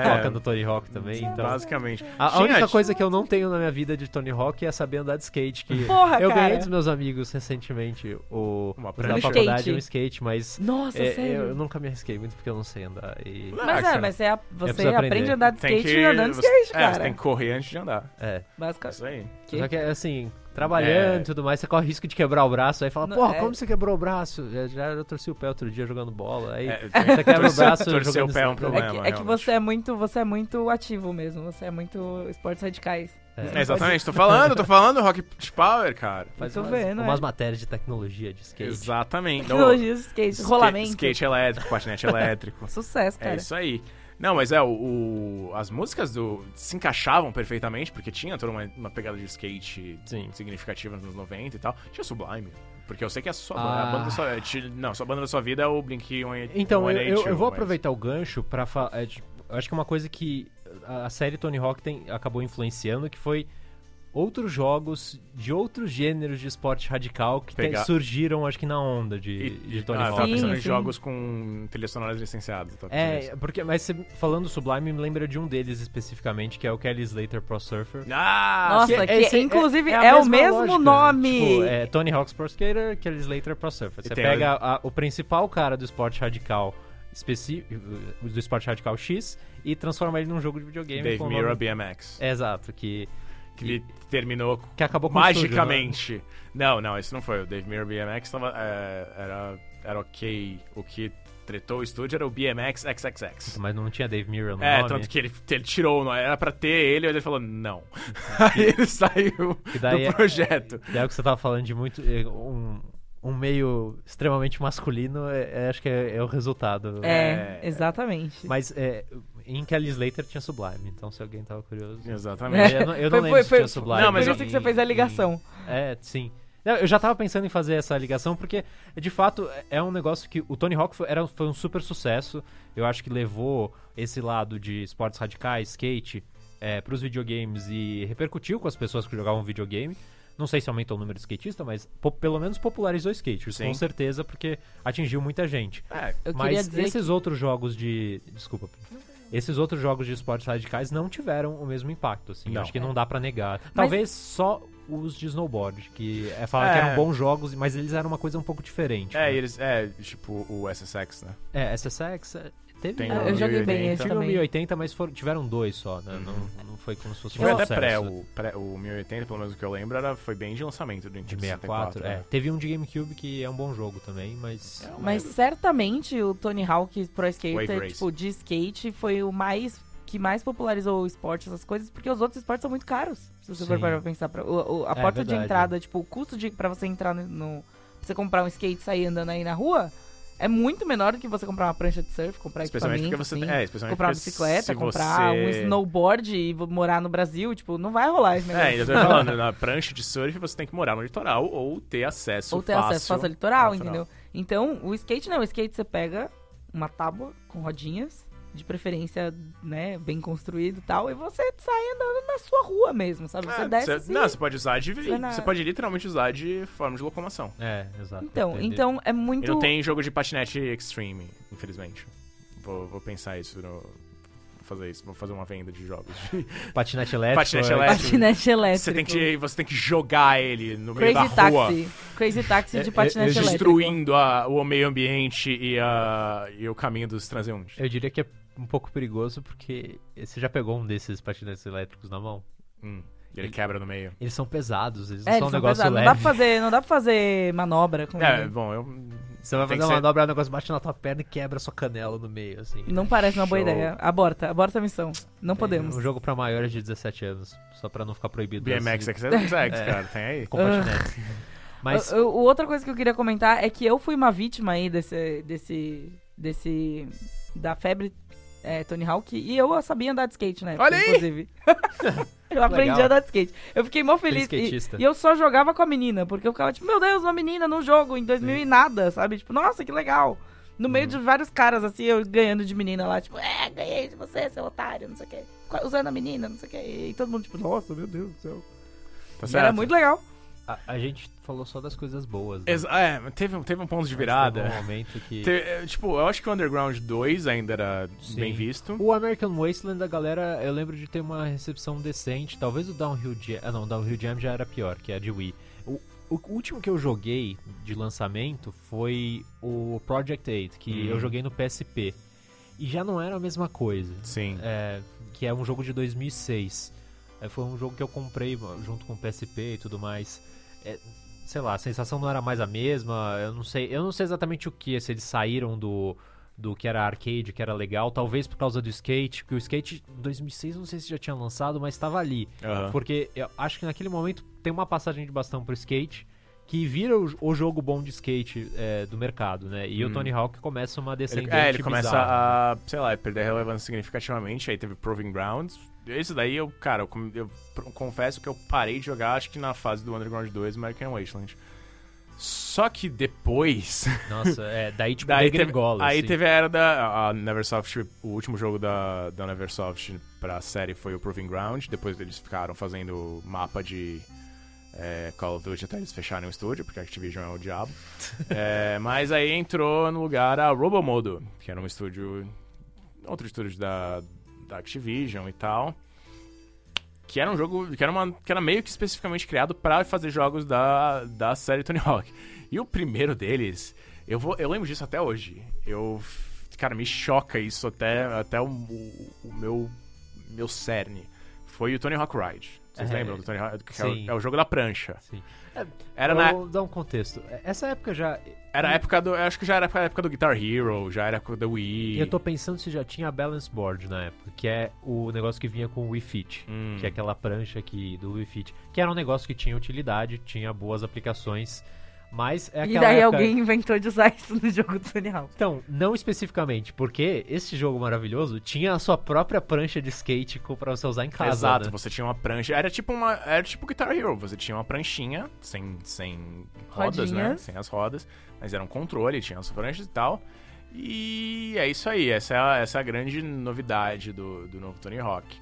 [SPEAKER 1] [laughs] é.
[SPEAKER 3] toca no Tony Hawk também, então...
[SPEAKER 1] Basicamente.
[SPEAKER 3] A, a
[SPEAKER 1] Tinha-
[SPEAKER 3] única coisa que eu não tenho na minha vida de Tony Hawk é saber andar de skate, que
[SPEAKER 2] Porra,
[SPEAKER 3] eu
[SPEAKER 2] cara.
[SPEAKER 3] ganhei dos meus amigos recentemente o
[SPEAKER 1] Uma
[SPEAKER 3] os
[SPEAKER 1] prancha.
[SPEAKER 3] da
[SPEAKER 1] Um
[SPEAKER 3] faculdade
[SPEAKER 2] skate.
[SPEAKER 3] um skate, mas
[SPEAKER 2] Nossa,
[SPEAKER 3] é,
[SPEAKER 2] sério.
[SPEAKER 3] eu nunca me arrisquei muito porque eu não sei andar. E...
[SPEAKER 1] Não.
[SPEAKER 2] Mas
[SPEAKER 1] Ah,
[SPEAKER 2] é,
[SPEAKER 1] cara.
[SPEAKER 2] mas você, você
[SPEAKER 3] preciso aprender.
[SPEAKER 2] aprende a andar de
[SPEAKER 1] Tem
[SPEAKER 2] skate
[SPEAKER 1] que.
[SPEAKER 2] andando de
[SPEAKER 1] você-
[SPEAKER 2] skate,
[SPEAKER 1] é,
[SPEAKER 2] cara. Tá.
[SPEAKER 1] você tem que correr antes de andar.
[SPEAKER 3] É.
[SPEAKER 2] Basicamente.
[SPEAKER 1] Isso aí.
[SPEAKER 2] Que- é
[SPEAKER 3] Só que assim, trabalhando e
[SPEAKER 1] É.
[SPEAKER 3] tudo mais, você corre o risco de quebrar o braço, aí fala,
[SPEAKER 2] Não,
[SPEAKER 3] porra,
[SPEAKER 2] é.
[SPEAKER 3] como você quebrou o braço? Já, já eu torci o pé outro dia jogando bola, aí
[SPEAKER 1] É,
[SPEAKER 3] você quebra o
[SPEAKER 1] torcer-
[SPEAKER 3] braço
[SPEAKER 1] torcer
[SPEAKER 3] jogando
[SPEAKER 1] o pé é um
[SPEAKER 2] É
[SPEAKER 1] problema.
[SPEAKER 2] que, é que
[SPEAKER 1] realmente.
[SPEAKER 2] você é muito, você é muito ativo mesmo, você é muito esportes radicais.
[SPEAKER 1] É, exatamente, tô falando, tô falando Rocket Power, cara.
[SPEAKER 3] Faz
[SPEAKER 2] Tô
[SPEAKER 3] umas,
[SPEAKER 2] vendo, é.
[SPEAKER 3] umas matérias de tecnologia de skate.
[SPEAKER 1] Exatamente.
[SPEAKER 2] Tecnologia de skate,
[SPEAKER 1] Skate-
[SPEAKER 2] rolamento.
[SPEAKER 1] Skate é elétrico, patinete elétrico.
[SPEAKER 2] Sucesso,
[SPEAKER 1] É
[SPEAKER 2] cara.
[SPEAKER 1] isso aí. Não, mas é, o, o- as músicas do se encaixavam perfeitamente, porque tinha toda uma, uma pegada de skate
[SPEAKER 3] Sim.
[SPEAKER 1] significativa nos anos 90 e tal. Tinha Sublime, porque eu sei que a sua
[SPEAKER 3] Ah.
[SPEAKER 1] a banda da sua, ti- não, sua banda da sua vida é o Blink
[SPEAKER 3] Então, eu,
[SPEAKER 1] 182,
[SPEAKER 3] eu, eu vou
[SPEAKER 1] mas-
[SPEAKER 3] aproveitar o gancho pra falar. acho que é uma coisa que a a série Tony Hawk tem, acabou influenciando que foi outros jogos de outros gêneros de esporte radical que tem-
[SPEAKER 1] Pegar-
[SPEAKER 3] surgiram, acho que na onda
[SPEAKER 1] E,
[SPEAKER 3] de,
[SPEAKER 1] e,
[SPEAKER 3] de Tony
[SPEAKER 1] ah, eu tava
[SPEAKER 3] Hawk.
[SPEAKER 1] pensando em
[SPEAKER 2] Sim, sim.
[SPEAKER 1] jogos com trilhas sonoras licenciadas. tá eu tava pensando
[SPEAKER 3] É,
[SPEAKER 1] nisso.
[SPEAKER 3] porque, mas você, falando Sublime, me lembra de um deles especificamente, que é o Kelly Slater Pro Surfer.
[SPEAKER 1] Ah,
[SPEAKER 2] Nossa,
[SPEAKER 3] é-
[SPEAKER 2] que,
[SPEAKER 3] esse- é-
[SPEAKER 2] inclusive
[SPEAKER 3] é
[SPEAKER 2] é,
[SPEAKER 3] a
[SPEAKER 2] o
[SPEAKER 3] mesma
[SPEAKER 2] mesmo
[SPEAKER 3] lógica.
[SPEAKER 2] nome.
[SPEAKER 3] Tipo, é Tony Hawk's Pro Skater, Kelly Slater Pro Surfer.
[SPEAKER 1] E
[SPEAKER 3] Você
[SPEAKER 1] tem
[SPEAKER 3] pega a- o principal cara do esporte radical específico, do esporte radical X, e transforma ele num jogo de videogame.
[SPEAKER 1] Dave
[SPEAKER 3] com o
[SPEAKER 1] Mirra
[SPEAKER 3] nome- É,
[SPEAKER 1] BMX.
[SPEAKER 3] Exato, que,
[SPEAKER 1] que ele terminou
[SPEAKER 3] que acabou com o estúdio, né?
[SPEAKER 1] magicamente. não, não, esse não foi. O Dave Mirra BMX tava, é, era, era ok. O que tretou o estúdio era o BMX
[SPEAKER 3] né?
[SPEAKER 1] XXX.
[SPEAKER 3] Mas não tinha Dave Mirror no
[SPEAKER 1] É,
[SPEAKER 3] nome.
[SPEAKER 1] tanto que ele, ele tirou o nome. Era pra ter ele, mas ele falou
[SPEAKER 3] [laughs]
[SPEAKER 1] não. Aí ele saiu
[SPEAKER 3] E daí é-
[SPEAKER 1] do projeto.
[SPEAKER 3] [laughs] Daí o que você tava falando de muito... é, Um, um meio extremamente masculino, é- é- acho que é, é o resultado.
[SPEAKER 2] É,
[SPEAKER 1] É.
[SPEAKER 2] exatamente.
[SPEAKER 3] Mas é, em Kelly Slater tinha Sublime, então se alguém tava curioso...
[SPEAKER 1] Exatamente.
[SPEAKER 3] Eu não, eu não
[SPEAKER 2] Foi-
[SPEAKER 3] lembro
[SPEAKER 2] foi-
[SPEAKER 3] se
[SPEAKER 2] foi-
[SPEAKER 3] tinha Sublime.
[SPEAKER 1] Não, mas
[SPEAKER 2] Por
[SPEAKER 1] eu-
[SPEAKER 2] isso que você fez a ligação.
[SPEAKER 3] É, sim. Não, Eu já tava pensando em fazer essa ligação, porque, de fato, é um negócio que o Tony Hawk foi, era, foi um super sucesso. Eu acho que levou esse lado de esportes radicais, skate, é, pros videogames e repercutiu com as pessoas que jogavam videogame. Não sei se aumentou o número de skatistas, mas po- pelo menos popularizou o skate, isso
[SPEAKER 1] Sim.
[SPEAKER 3] com certeza, porque atingiu muita gente.
[SPEAKER 1] É,
[SPEAKER 2] Eu queria
[SPEAKER 3] Mas
[SPEAKER 2] dizer
[SPEAKER 3] esses outros jogos de. Desculpa. Esses outros jogos de esportes radicais não tiveram o mesmo impacto, assim.
[SPEAKER 1] Não.
[SPEAKER 3] Acho que não dá pra negar. Talvez só os de snowboard, que é falar que
[SPEAKER 1] É.
[SPEAKER 3] eram bons jogos, mas eles eram uma coisa um pouco diferente.
[SPEAKER 1] é,
[SPEAKER 3] né?
[SPEAKER 1] e eles. É, tipo, o SSX, né?
[SPEAKER 3] É, SSX é, teve. um
[SPEAKER 1] Tem um
[SPEAKER 2] que... Ah,
[SPEAKER 1] o
[SPEAKER 2] Eu joguei
[SPEAKER 1] 1080.
[SPEAKER 2] bem esse
[SPEAKER 3] Tive o
[SPEAKER 2] também.
[SPEAKER 3] 1080, mas foram- tiveram dois só, né? Não, não foi como se fosse um
[SPEAKER 1] Uhum. Foi até
[SPEAKER 3] sucesso.
[SPEAKER 1] pré o, pré. o 1080, pelo menos o que eu lembro, era, foi bem de lançamento do
[SPEAKER 3] De
[SPEAKER 1] Nintendo
[SPEAKER 3] 64,
[SPEAKER 1] 64.
[SPEAKER 3] é. Teve um de GameCube que é um bom jogo também, mas.
[SPEAKER 1] É um-
[SPEAKER 2] Mas certamente o Tony Hawk Pro
[SPEAKER 1] Wave
[SPEAKER 2] Skater,
[SPEAKER 1] Race.
[SPEAKER 2] tipo, de skate, foi o mais que mais popularizou o esporte, essas coisas, porque os outros esportes são muito caros. Se você for
[SPEAKER 3] Sim.
[SPEAKER 2] parar pra pensar, Pra- o- o- a
[SPEAKER 3] É
[SPEAKER 2] porta de
[SPEAKER 3] verdade.
[SPEAKER 2] entrada, tipo, o custo de para você entrar no, no- pra você comprar um skate e sair andando aí na rua é muito menor do que você comprar uma prancha de surf, comprar
[SPEAKER 1] Especialmente porque
[SPEAKER 2] equipamento,
[SPEAKER 1] você.
[SPEAKER 2] assim,
[SPEAKER 1] É, especialmente
[SPEAKER 2] comprar uma
[SPEAKER 1] porque se
[SPEAKER 2] bicicleta, comprar um
[SPEAKER 1] você-
[SPEAKER 2] snowboard e vo- morar no Brasil, tipo, não vai rolar esse
[SPEAKER 1] É,
[SPEAKER 2] negócio. [laughs]
[SPEAKER 1] eu tô falando, na prancha de surf você tem que morar no litoral ou ter acesso
[SPEAKER 2] ou ter
[SPEAKER 1] fácil.
[SPEAKER 2] acesso fácil ao litoral,
[SPEAKER 1] ao litoral.
[SPEAKER 2] entendeu? Então, o skate não, o skate você pega uma tábua com rodinhas, de preferência, né, bem construído e tal, e você sai andando na sua rua mesmo, sabe? Você
[SPEAKER 1] É,
[SPEAKER 2] desce
[SPEAKER 1] você-
[SPEAKER 2] assim.
[SPEAKER 1] Não, você pode usar de.
[SPEAKER 2] Você
[SPEAKER 1] Você,
[SPEAKER 2] na-
[SPEAKER 1] pode literalmente usar de forma de locomoção.
[SPEAKER 3] É, exato.
[SPEAKER 2] Então,
[SPEAKER 3] Entendi.
[SPEAKER 2] então é
[SPEAKER 1] E
[SPEAKER 2] muito
[SPEAKER 1] não tem jogo de patinete extreme, infelizmente. Vou, vou pensar isso no. Vou fazer isso, vou fazer uma venda de jogos.
[SPEAKER 3] Patinete elétrico.
[SPEAKER 1] Patinete
[SPEAKER 3] é-
[SPEAKER 1] elétrico.
[SPEAKER 2] [laughs] patinete elétrico.
[SPEAKER 1] você, tem que, você tem que jogar ele no meio
[SPEAKER 2] tipo Crazy
[SPEAKER 1] da rua.
[SPEAKER 2] Taxi. Crazy Taxi
[SPEAKER 3] É,
[SPEAKER 2] de
[SPEAKER 3] é,
[SPEAKER 2] patinete
[SPEAKER 3] eu-
[SPEAKER 2] elétrico.
[SPEAKER 1] Destruindo a- o meio ambiente e, a- e o caminho dos transeuntes.
[SPEAKER 3] Eu diria que é um pouco perigoso porque você já pegou um desses patinetes elétricos na mão?
[SPEAKER 1] Hum, e ele quebra no meio.
[SPEAKER 3] Eles são pesados, eles não
[SPEAKER 2] É,
[SPEAKER 3] são um
[SPEAKER 2] eles são
[SPEAKER 3] negócio
[SPEAKER 2] pesados. Não
[SPEAKER 3] leve.
[SPEAKER 2] dá pra fazer, não dá pra fazer manobra com
[SPEAKER 1] É,
[SPEAKER 2] ele.
[SPEAKER 1] bom, eu.
[SPEAKER 3] Você vai
[SPEAKER 1] Tem
[SPEAKER 3] fazer
[SPEAKER 1] que
[SPEAKER 3] uma
[SPEAKER 1] ser-
[SPEAKER 3] dobra, o negócio bate na tua perna e quebra a sua canela no meio, assim.
[SPEAKER 2] Não parece uma boa
[SPEAKER 1] Show.
[SPEAKER 2] ideia. Aborta, aborta a missão. Não podemos.
[SPEAKER 3] É um jogo pra maiores de 17 anos, só pra não ficar proibido.
[SPEAKER 1] BMX
[SPEAKER 3] desse-
[SPEAKER 1] é que você não [laughs] consegue, cara. Tem
[SPEAKER 2] [laughs]
[SPEAKER 1] aí. Tá
[SPEAKER 3] com patinetes. Mas
[SPEAKER 2] Eu- eu- outra coisa que eu queria comentar é que eu fui uma vítima aí desse. desse. desse. da febre é, Tony Hawk e eu sabia andar de skate, né?
[SPEAKER 1] Olha aí! [laughs]
[SPEAKER 2] Inclusive. eu aprendi a andar de skate. Eu fiquei mó feliz.
[SPEAKER 3] Tem
[SPEAKER 2] E,
[SPEAKER 3] skatista.
[SPEAKER 2] e eu só jogava com a menina, porque eu ficava tipo, meu Deus, uma menina num jogo em 2000 e nada, sabe? Tipo, nossa, que legal. No meio
[SPEAKER 1] Uhum.
[SPEAKER 2] de vários caras, assim, eu ganhando de menina lá, tipo, é, ganhei de você, seu otário, não sei o quê. Qua- Usando a menina, não sei o quê. E todo mundo, tipo, nossa, meu Deus do céu.
[SPEAKER 1] Tá
[SPEAKER 2] Era
[SPEAKER 1] certo?
[SPEAKER 2] muito legal.
[SPEAKER 3] a, a gente falou só das coisas boas. Né?
[SPEAKER 1] Exa- é, mas teve, um- teve um ponto de
[SPEAKER 3] Mas
[SPEAKER 1] virada.
[SPEAKER 3] teve um momento que...
[SPEAKER 1] Te- é, tipo, eu acho que o Underground 2 ainda era
[SPEAKER 3] Sim.
[SPEAKER 1] bem visto.
[SPEAKER 3] O American Wasteland, a galera, eu lembro de ter uma recepção decente. Talvez o Downhill Jam. Ah, não, o Downhill Jam já era pior, que é a de Wii. O, o último que eu joguei de lançamento foi o Project 8, que
[SPEAKER 1] Uhum.
[SPEAKER 3] eu joguei no PSP. E já não era a mesma coisa.
[SPEAKER 1] Sim.
[SPEAKER 3] É, que é um jogo de 2006. É, foi um jogo que eu comprei junto com o PSP e tudo mais. É, sei lá, a sensação não era mais a mesma. Eu não sei, eu não sei exatamente o que, se eles saíram do do que era arcade, que era legal, talvez por causa do skate, porque o skate 2006 não sei se já tinha lançado, mas estava ali.
[SPEAKER 1] Aham.
[SPEAKER 3] Porque eu acho que naquele momento tem uma passagem de bastão pro skate que vira o, o jogo bom de skate é, do mercado, né? E o Tony Hawk começa uma
[SPEAKER 1] Hum. Ele,
[SPEAKER 3] descendente
[SPEAKER 1] é, ele começa
[SPEAKER 3] bizarra.
[SPEAKER 1] a, sei lá, perder relevância significativamente, aí teve Proving Grounds. Esse daí, eu, cara, eu, com- eu pro- confesso que eu parei de jogar, acho que na fase do Underground 2, American Wasteland. Só que depois,
[SPEAKER 3] Nossa, é, daí
[SPEAKER 1] [laughs]
[SPEAKER 3] tipo
[SPEAKER 1] daí, teve,
[SPEAKER 3] degringola,
[SPEAKER 1] aí
[SPEAKER 3] assim.
[SPEAKER 1] teve a era da a Neversoft, o último jogo da, da Neversoft pra série foi o Proving Ground, depois eles ficaram fazendo mapa de é, Call of Duty até eles fecharem o estúdio, porque a Activision é o
[SPEAKER 3] [laughs]
[SPEAKER 1] diabo. É, mas aí entrou no lugar a Robomodo, que era um estúdio, outro estúdio da, da Activision e tal. Que era um jogo, que era, uma, que era meio que especificamente criado pra fazer jogos da, da série Tony Hawk. E o primeiro deles, eu, vou, eu lembro disso até hoje. Eu. Cara, me choca isso até, até o, o- o meu, meu cerne. Foi o Tony Hawk Ride. Vocês
[SPEAKER 3] É.
[SPEAKER 1] lembram do Tony Hawk? Que é, o,
[SPEAKER 3] Sim.
[SPEAKER 1] é o jogo da prancha.
[SPEAKER 3] Sim.
[SPEAKER 1] Era na,
[SPEAKER 3] Vou dar um contexto. Essa época já...
[SPEAKER 1] era a época do. Eu acho que já era a época do Guitar Hero, já era a época do Wii.
[SPEAKER 3] Eu tô pensando se já tinha a Balance Board na época, que é o negócio que vinha com o Wii Fit,
[SPEAKER 1] Hum.
[SPEAKER 3] que é aquela prancha que, do Wii Fit, que era um negócio que tinha utilidade, tinha boas aplicações, mas é aquela
[SPEAKER 2] e daí
[SPEAKER 3] época-
[SPEAKER 2] alguém inventou de usar [laughs] isso no jogo do Tony Hawk.
[SPEAKER 3] Então, não especificamente, porque esse jogo maravilhoso tinha a sua própria prancha de skate co- pra você usar em casa.
[SPEAKER 1] Exato,
[SPEAKER 3] né?
[SPEAKER 1] você tinha uma prancha. Era tipo uma. Era tipo Guitar Hero. Você tinha uma pranchinha sem, sem rodas, né?
[SPEAKER 2] Rodinhas.
[SPEAKER 1] Sem as rodas. Mas era um controle, tinha as pranchas e tal. E é isso aí. Essa é a, essa é a grande novidade do, do novo Tony Hawk.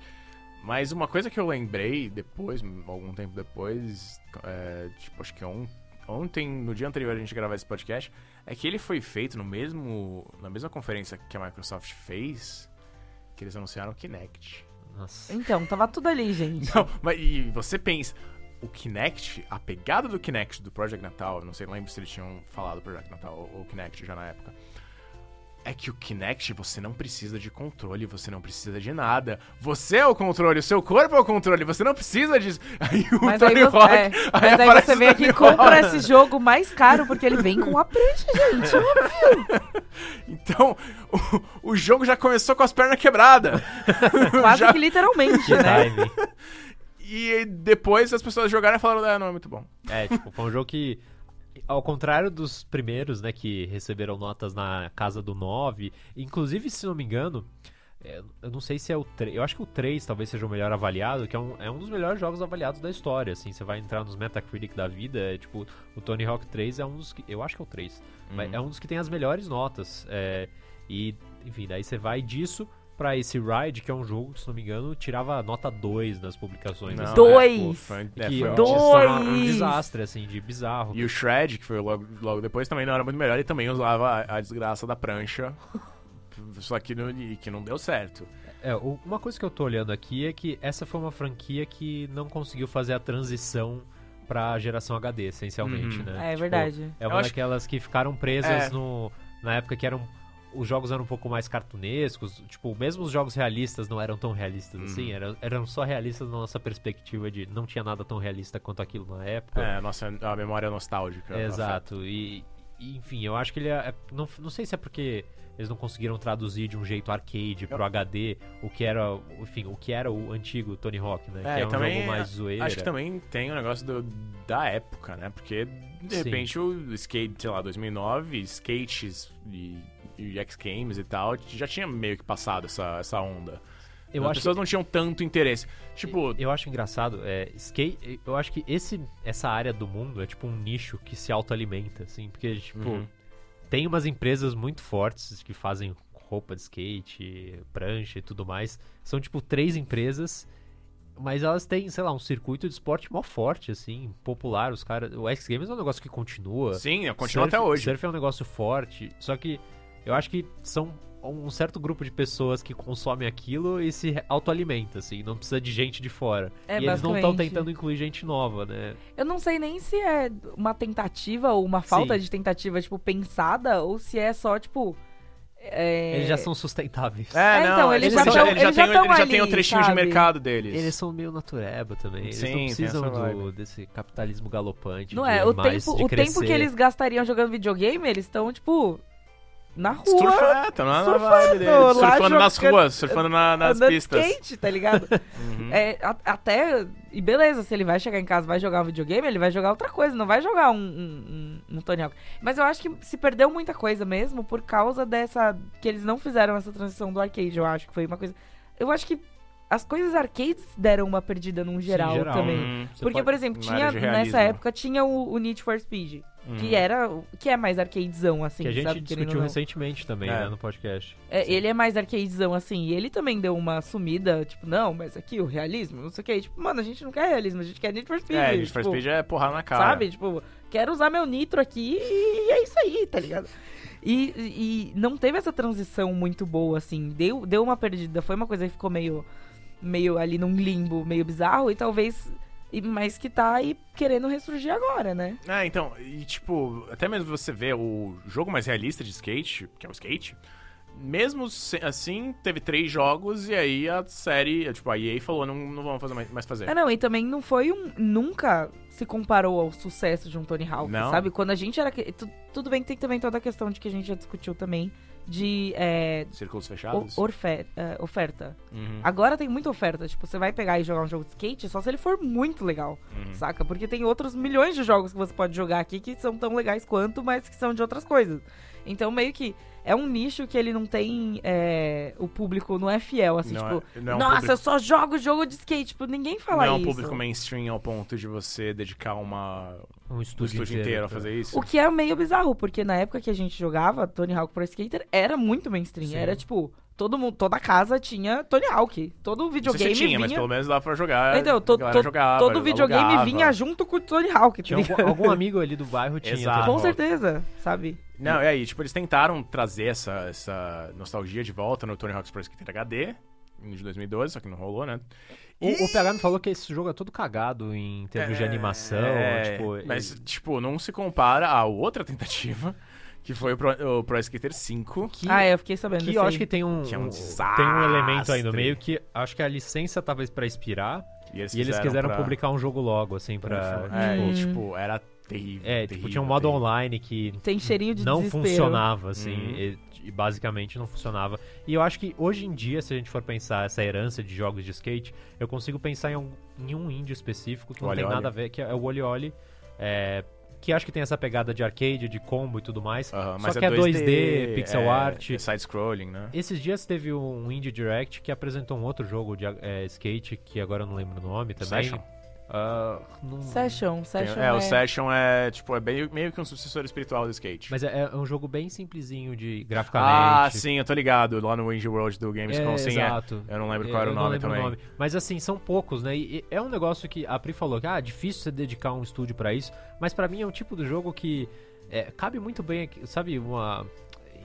[SPEAKER 1] Mas uma coisa que eu lembrei depois, algum tempo depois, é, tipo, acho que on- ontem, no dia anterior a gente gravar esse podcast, é que ele foi feito no mesmo, na mesma conferência que a Microsoft fez, que eles anunciaram o Kinect.
[SPEAKER 2] [laughs]
[SPEAKER 3] Nossa.
[SPEAKER 2] Então, tava tudo ali,
[SPEAKER 3] [laughs]
[SPEAKER 2] gente.
[SPEAKER 1] Não, mas e você pensa, o Kinect, a pegada do Kinect do Project Natal, eu não sei, lembro se eles tinham falado Project Natal ou, ou Kinect já na época. É que o Kinect você não precisa de controle, você não precisa de nada. Você é o controle, o seu corpo é o controle, você não precisa disso. [laughs] Aí o
[SPEAKER 2] Mas
[SPEAKER 1] Tony
[SPEAKER 2] aí você,
[SPEAKER 1] Hawk.
[SPEAKER 2] é, mas aí
[SPEAKER 1] aparece
[SPEAKER 2] você
[SPEAKER 1] o
[SPEAKER 2] vem aqui
[SPEAKER 1] Tony
[SPEAKER 2] e compra
[SPEAKER 1] Hawk.
[SPEAKER 2] esse jogo mais caro, porque ele vem com a prancha,
[SPEAKER 3] [laughs]
[SPEAKER 2] gente.
[SPEAKER 1] Então, o, o jogo já começou com as pernas quebradas.
[SPEAKER 2] [laughs] Quase
[SPEAKER 1] Já-
[SPEAKER 2] que literalmente,
[SPEAKER 3] Que
[SPEAKER 2] né?
[SPEAKER 3] timing.
[SPEAKER 1] E depois as pessoas jogaram e falaram: ah, não é muito bom.
[SPEAKER 3] É, tipo, foi um jogo que, ao contrário dos primeiros, né, que receberam notas na casa do 9, inclusive, se não me engano, é, eu não sei se é o 3, eu acho que o 3 talvez seja o melhor avaliado, que é um, é um dos melhores jogos avaliados da história, assim, você vai entrar nos Metacritic da vida, é, tipo, o Tony Hawk 3 é um dos que, eu acho que é o 3,
[SPEAKER 1] Uhum.
[SPEAKER 3] mas é um dos que tem as melhores notas, é, e, enfim, daí você vai disso pra esse Ride, que é um jogo, que, se não me engano, tirava nota 2 nas publicações.
[SPEAKER 1] Não,
[SPEAKER 3] assim,
[SPEAKER 1] é,
[SPEAKER 2] Dois.
[SPEAKER 1] pô, foi- é,
[SPEAKER 3] que
[SPEAKER 1] foi
[SPEAKER 3] é
[SPEAKER 1] um
[SPEAKER 3] um
[SPEAKER 2] Dois.
[SPEAKER 3] desa- um desastre, assim, de bizarro.
[SPEAKER 1] E o Shred, que foi logo, logo depois, também não era muito melhor. Ele também usava a, a desgraça da
[SPEAKER 3] [laughs]
[SPEAKER 1] prancha. Só que não, e que não deu certo.
[SPEAKER 3] É, o- uma coisa que eu tô olhando aqui é que essa foi uma franquia que não conseguiu fazer a transição pra geração HD, essencialmente,
[SPEAKER 1] Uhum.
[SPEAKER 3] né?
[SPEAKER 2] É, é
[SPEAKER 3] Tipo,
[SPEAKER 2] verdade.
[SPEAKER 3] É
[SPEAKER 1] Eu
[SPEAKER 3] uma
[SPEAKER 1] acho
[SPEAKER 3] daquelas que ficaram presas
[SPEAKER 1] É.
[SPEAKER 3] no, na época que eram. Os jogos eram um pouco mais cartunescos, tipo, mesmo os jogos realistas não eram tão realistas assim, eram, eram só realistas na nossa perspectiva de não tinha nada tão realista quanto aquilo na época.
[SPEAKER 1] É, nossa, a memória nostálgica.
[SPEAKER 3] Exato. E, e, enfim, eu acho que ele é. é- Não, não sei se é porque eles não conseguiram traduzir de um jeito arcade pro HD o que era, o- enfim, o que era o antigo Tony Hawk,
[SPEAKER 1] É,
[SPEAKER 3] né? que
[SPEAKER 1] e
[SPEAKER 3] é um
[SPEAKER 1] também
[SPEAKER 3] jogo mais
[SPEAKER 1] a-
[SPEAKER 3] zoeira.
[SPEAKER 1] Acho que também tem o negócio do- da época, né? Porque, de
[SPEAKER 3] Sim.
[SPEAKER 1] repente, o skate, sei lá, 2009, skates e, e X Games e tal, já tinha meio que passado essa, essa onda.
[SPEAKER 3] eu
[SPEAKER 1] As
[SPEAKER 3] acho
[SPEAKER 1] pessoas não tinham tanto interesse. Tipo,
[SPEAKER 3] Eu acho engraçado, é, skate, eu acho que esse, essa área do mundo é tipo um nicho que se autoalimenta, assim, porque, tipo,
[SPEAKER 1] Uhum.
[SPEAKER 3] tem umas empresas muito fortes que fazem roupa de skate, prancha e tudo mais. São, tipo, três empresas, mas elas têm, sei lá, um circuito de esporte mó forte, assim, popular. Os caras. O X Games é um negócio que continua.
[SPEAKER 1] sim, continua
[SPEAKER 3] Surf-
[SPEAKER 1] até hoje.
[SPEAKER 3] Surf é um negócio forte, só que eu acho que são um certo grupo de pessoas que consomem aquilo e se autoalimenta, assim, não precisa de gente de fora.
[SPEAKER 2] É,
[SPEAKER 3] e eles não estão
[SPEAKER 2] basicamente.
[SPEAKER 3] tentando incluir gente nova, né?
[SPEAKER 2] Eu não sei nem se é uma tentativa ou uma falta
[SPEAKER 3] Sim.
[SPEAKER 2] de tentativa, tipo, pensada, ou se é só, tipo. é,
[SPEAKER 3] Eles já são sustentáveis.
[SPEAKER 2] É, então, eles já tão- eles já
[SPEAKER 1] tem,
[SPEAKER 2] tão
[SPEAKER 1] eles já tem o
[SPEAKER 2] ali,
[SPEAKER 1] trechinho de
[SPEAKER 2] sabe?
[SPEAKER 1] mercado deles.
[SPEAKER 3] Eles são meio natureba também. Eles
[SPEAKER 1] Sim,
[SPEAKER 3] não
[SPEAKER 1] tem
[SPEAKER 3] precisam
[SPEAKER 1] essa
[SPEAKER 3] do-
[SPEAKER 1] vibe.
[SPEAKER 3] desse capitalismo galopante.
[SPEAKER 2] Não
[SPEAKER 3] de
[SPEAKER 2] é? O
[SPEAKER 3] mais,
[SPEAKER 2] tempo,
[SPEAKER 3] de
[SPEAKER 2] o tempo
[SPEAKER 3] crescer.
[SPEAKER 2] que eles gastariam jogando videogame, eles estão, tipo. na rua.
[SPEAKER 1] Surfando, é, tá na, na vibe dele.
[SPEAKER 2] surfando, lá
[SPEAKER 1] Surfando nas
[SPEAKER 2] jogando-
[SPEAKER 1] ruas, surfando na- nas
[SPEAKER 2] andando de
[SPEAKER 1] pistas. Uhum.
[SPEAKER 2] skate, tá ligado?
[SPEAKER 3] Uhum.
[SPEAKER 2] É, a- até. E beleza, se ele vai chegar em casa vai jogar um videogame, ele vai jogar outra coisa, não vai jogar um, um, um- um Tony Hawk. Mas eu acho que se perdeu muita coisa mesmo por causa dessa. que eles não fizeram essa transição do arcade, eu acho que foi uma coisa. Eu acho que as coisas arcades deram uma perdida num geral,
[SPEAKER 3] geral, né?
[SPEAKER 2] também.
[SPEAKER 1] Hum,
[SPEAKER 3] Você
[SPEAKER 2] Porque,
[SPEAKER 3] pode-
[SPEAKER 2] por exemplo,
[SPEAKER 1] uma área
[SPEAKER 2] tinha,
[SPEAKER 1] de
[SPEAKER 2] nessa
[SPEAKER 1] realismo.
[SPEAKER 2] época tinha o, o Need for Speed,
[SPEAKER 1] hum.
[SPEAKER 2] que era. o- que é mais arcadezão, assim,
[SPEAKER 3] Uhum. que a gente
[SPEAKER 2] sabe? querendo
[SPEAKER 3] discutiu
[SPEAKER 2] ou não.
[SPEAKER 3] recentemente também,
[SPEAKER 1] É.
[SPEAKER 3] né, no podcast.
[SPEAKER 2] É,
[SPEAKER 3] Sim.
[SPEAKER 2] ele é mais arcadezão, assim, e ele também deu uma sumida, tipo, não, mas aqui o realismo, não sei o que. Tipo, mano, a gente não quer realismo, a gente quer Need for Speed.
[SPEAKER 1] É, Need for
[SPEAKER 2] tipo,
[SPEAKER 1] Speed é porrada na cara.
[SPEAKER 2] Sabe? Tipo, quero usar meu nitro aqui e é isso aí, tá ligado? E, e não teve essa transição muito boa, assim, deu, deu uma perdida, foi uma coisa que ficou meio, meio ali num limbo, meio bizarro, e talvez... e- Mas que tá aí querendo ressurgir agora, né?
[SPEAKER 1] É, então, e tipo, até mesmo você vê o jogo mais realista de skate, que é o skate, mesmo se- assim, teve três jogos e aí a série, tipo, a EA falou, não, não vamos fazer mais, mais fazer.
[SPEAKER 2] É, não, e também não foi um. Nunca se comparou ao sucesso de um Tony Hawk,
[SPEAKER 1] Não.
[SPEAKER 2] sabe? Quando a gente era. que- tu- tudo bem que tem também toda a questão de que a gente já discutiu também de é,
[SPEAKER 1] Círculos
[SPEAKER 2] o-
[SPEAKER 1] fechados?
[SPEAKER 2] orfe- é, oferta.
[SPEAKER 1] Uhum,
[SPEAKER 2] Agora tem muita oferta. Tipo, você vai pegar e jogar um jogo de skate só se ele for muito legal,
[SPEAKER 1] uhum.
[SPEAKER 2] saca? Porque tem outros milhões de jogos que você pode jogar aqui que são tão legais quanto, mas que são de outras coisas. Então, meio que. É um nicho que ele não tem. é, o público não é fiel, assim,
[SPEAKER 1] Não
[SPEAKER 2] tipo.
[SPEAKER 1] é- não é um
[SPEAKER 2] Nossa,
[SPEAKER 1] público-
[SPEAKER 2] eu só jogo jogo de skate. Tipo, ninguém fala
[SPEAKER 1] Não é um
[SPEAKER 2] isso.
[SPEAKER 1] público mainstream ao ponto de você dedicar uma,
[SPEAKER 3] Um
[SPEAKER 1] o
[SPEAKER 3] estúdio,
[SPEAKER 1] estúdio inteiro a
[SPEAKER 3] pra-
[SPEAKER 1] fazer isso.
[SPEAKER 2] O que é meio bizarro, porque na época que a gente jogava Tony Hawk Pro Skater era muito mainstream.
[SPEAKER 3] Sim.
[SPEAKER 2] Era tipo, todo mundo, toda casa tinha Tony Hawk.
[SPEAKER 1] Não
[SPEAKER 2] Todo
[SPEAKER 1] sei
[SPEAKER 2] videogame
[SPEAKER 1] se tinha, mas
[SPEAKER 2] vinha.
[SPEAKER 1] pelo menos dava pra jogar.
[SPEAKER 2] Então, to-
[SPEAKER 1] a galera
[SPEAKER 2] to-
[SPEAKER 1] jogava,
[SPEAKER 2] todo videogame
[SPEAKER 1] alugava. um
[SPEAKER 2] vinha junto com o Tony Hawk. tá
[SPEAKER 3] Tinha
[SPEAKER 2] ligado?
[SPEAKER 3] algum, algum amigo ali do bairro tinha.
[SPEAKER 1] Exato.
[SPEAKER 3] também.
[SPEAKER 2] Com certeza, sabe?
[SPEAKER 1] Não, é aí, tipo, eles tentaram trazer essa, essa nostalgia de volta no Tony Hawk's Pro Skater HD, de 2012, só que não rolou, né?
[SPEAKER 3] O, o PH me falou que esse jogo é todo cagado em termos de animação,
[SPEAKER 1] É,
[SPEAKER 3] tipo...
[SPEAKER 1] mas, tipo, não se compara a outra tentativa, que foi o Pro, o Pro Skater 5.
[SPEAKER 3] Que,
[SPEAKER 2] ah, é, eu fiquei sabendo.
[SPEAKER 3] que
[SPEAKER 2] desse
[SPEAKER 3] eu
[SPEAKER 2] aí.
[SPEAKER 3] acho que tem um,
[SPEAKER 1] Que é um
[SPEAKER 3] tem um elemento
[SPEAKER 1] desastre.
[SPEAKER 3] aí no meio que acho que a licença talvez pra expirar
[SPEAKER 1] eles
[SPEAKER 3] e eles quiseram
[SPEAKER 1] pra-
[SPEAKER 3] publicar um jogo logo assim pra
[SPEAKER 1] É,
[SPEAKER 2] Hum.
[SPEAKER 3] tipo,
[SPEAKER 1] e, tipo, era terrível.
[SPEAKER 3] é, tipo,
[SPEAKER 1] terrível,
[SPEAKER 3] tinha um modo
[SPEAKER 1] terrível.
[SPEAKER 3] online que
[SPEAKER 2] Tem cheirinho de
[SPEAKER 3] não
[SPEAKER 2] desespero.
[SPEAKER 3] funcionava, assim,
[SPEAKER 1] Uhum.
[SPEAKER 3] e, e basicamente não funcionava. E eu acho que hoje em dia, se a gente for pensar essa herança de jogos de skate, eu consigo pensar em um, em um indie específico que não
[SPEAKER 1] Oli
[SPEAKER 3] tem
[SPEAKER 1] Oli.
[SPEAKER 3] nada a ver, que é o Oli Oli, é, que acho que tem essa pegada de arcade, de combo e tudo mais,
[SPEAKER 1] Aham,
[SPEAKER 3] só
[SPEAKER 1] mas
[SPEAKER 3] que é 2D, pixel
[SPEAKER 1] é,
[SPEAKER 3] art.
[SPEAKER 1] é side-scrolling, né?
[SPEAKER 3] Esses dias teve um Indie Direct que apresentou um outro jogo de é, skate, que agora eu não lembro o nome também.
[SPEAKER 1] Session?
[SPEAKER 3] Ah, não-
[SPEAKER 2] Session,
[SPEAKER 1] Tem-
[SPEAKER 2] Session.
[SPEAKER 1] é, o Session é, tipo, é bem- meio que um sucessor espiritual do skate.
[SPEAKER 3] Mas é, é um jogo bem simplesinho de graficamente.
[SPEAKER 1] Ah, sim, eu tô ligado. Lá no Indie World do Gamescom,
[SPEAKER 3] É,
[SPEAKER 1] sim, é.
[SPEAKER 3] exato.
[SPEAKER 1] Eu não lembro qual era
[SPEAKER 3] Eu
[SPEAKER 1] o
[SPEAKER 3] não
[SPEAKER 1] nome
[SPEAKER 3] lembro
[SPEAKER 1] também.
[SPEAKER 3] Mas assim, são poucos, né? E e é um negócio que a Pri falou que ah, difícil você dedicar um estúdio pra isso, mas pra mim é um tipo de jogo que é, cabe muito bem, aqui, sabe, uma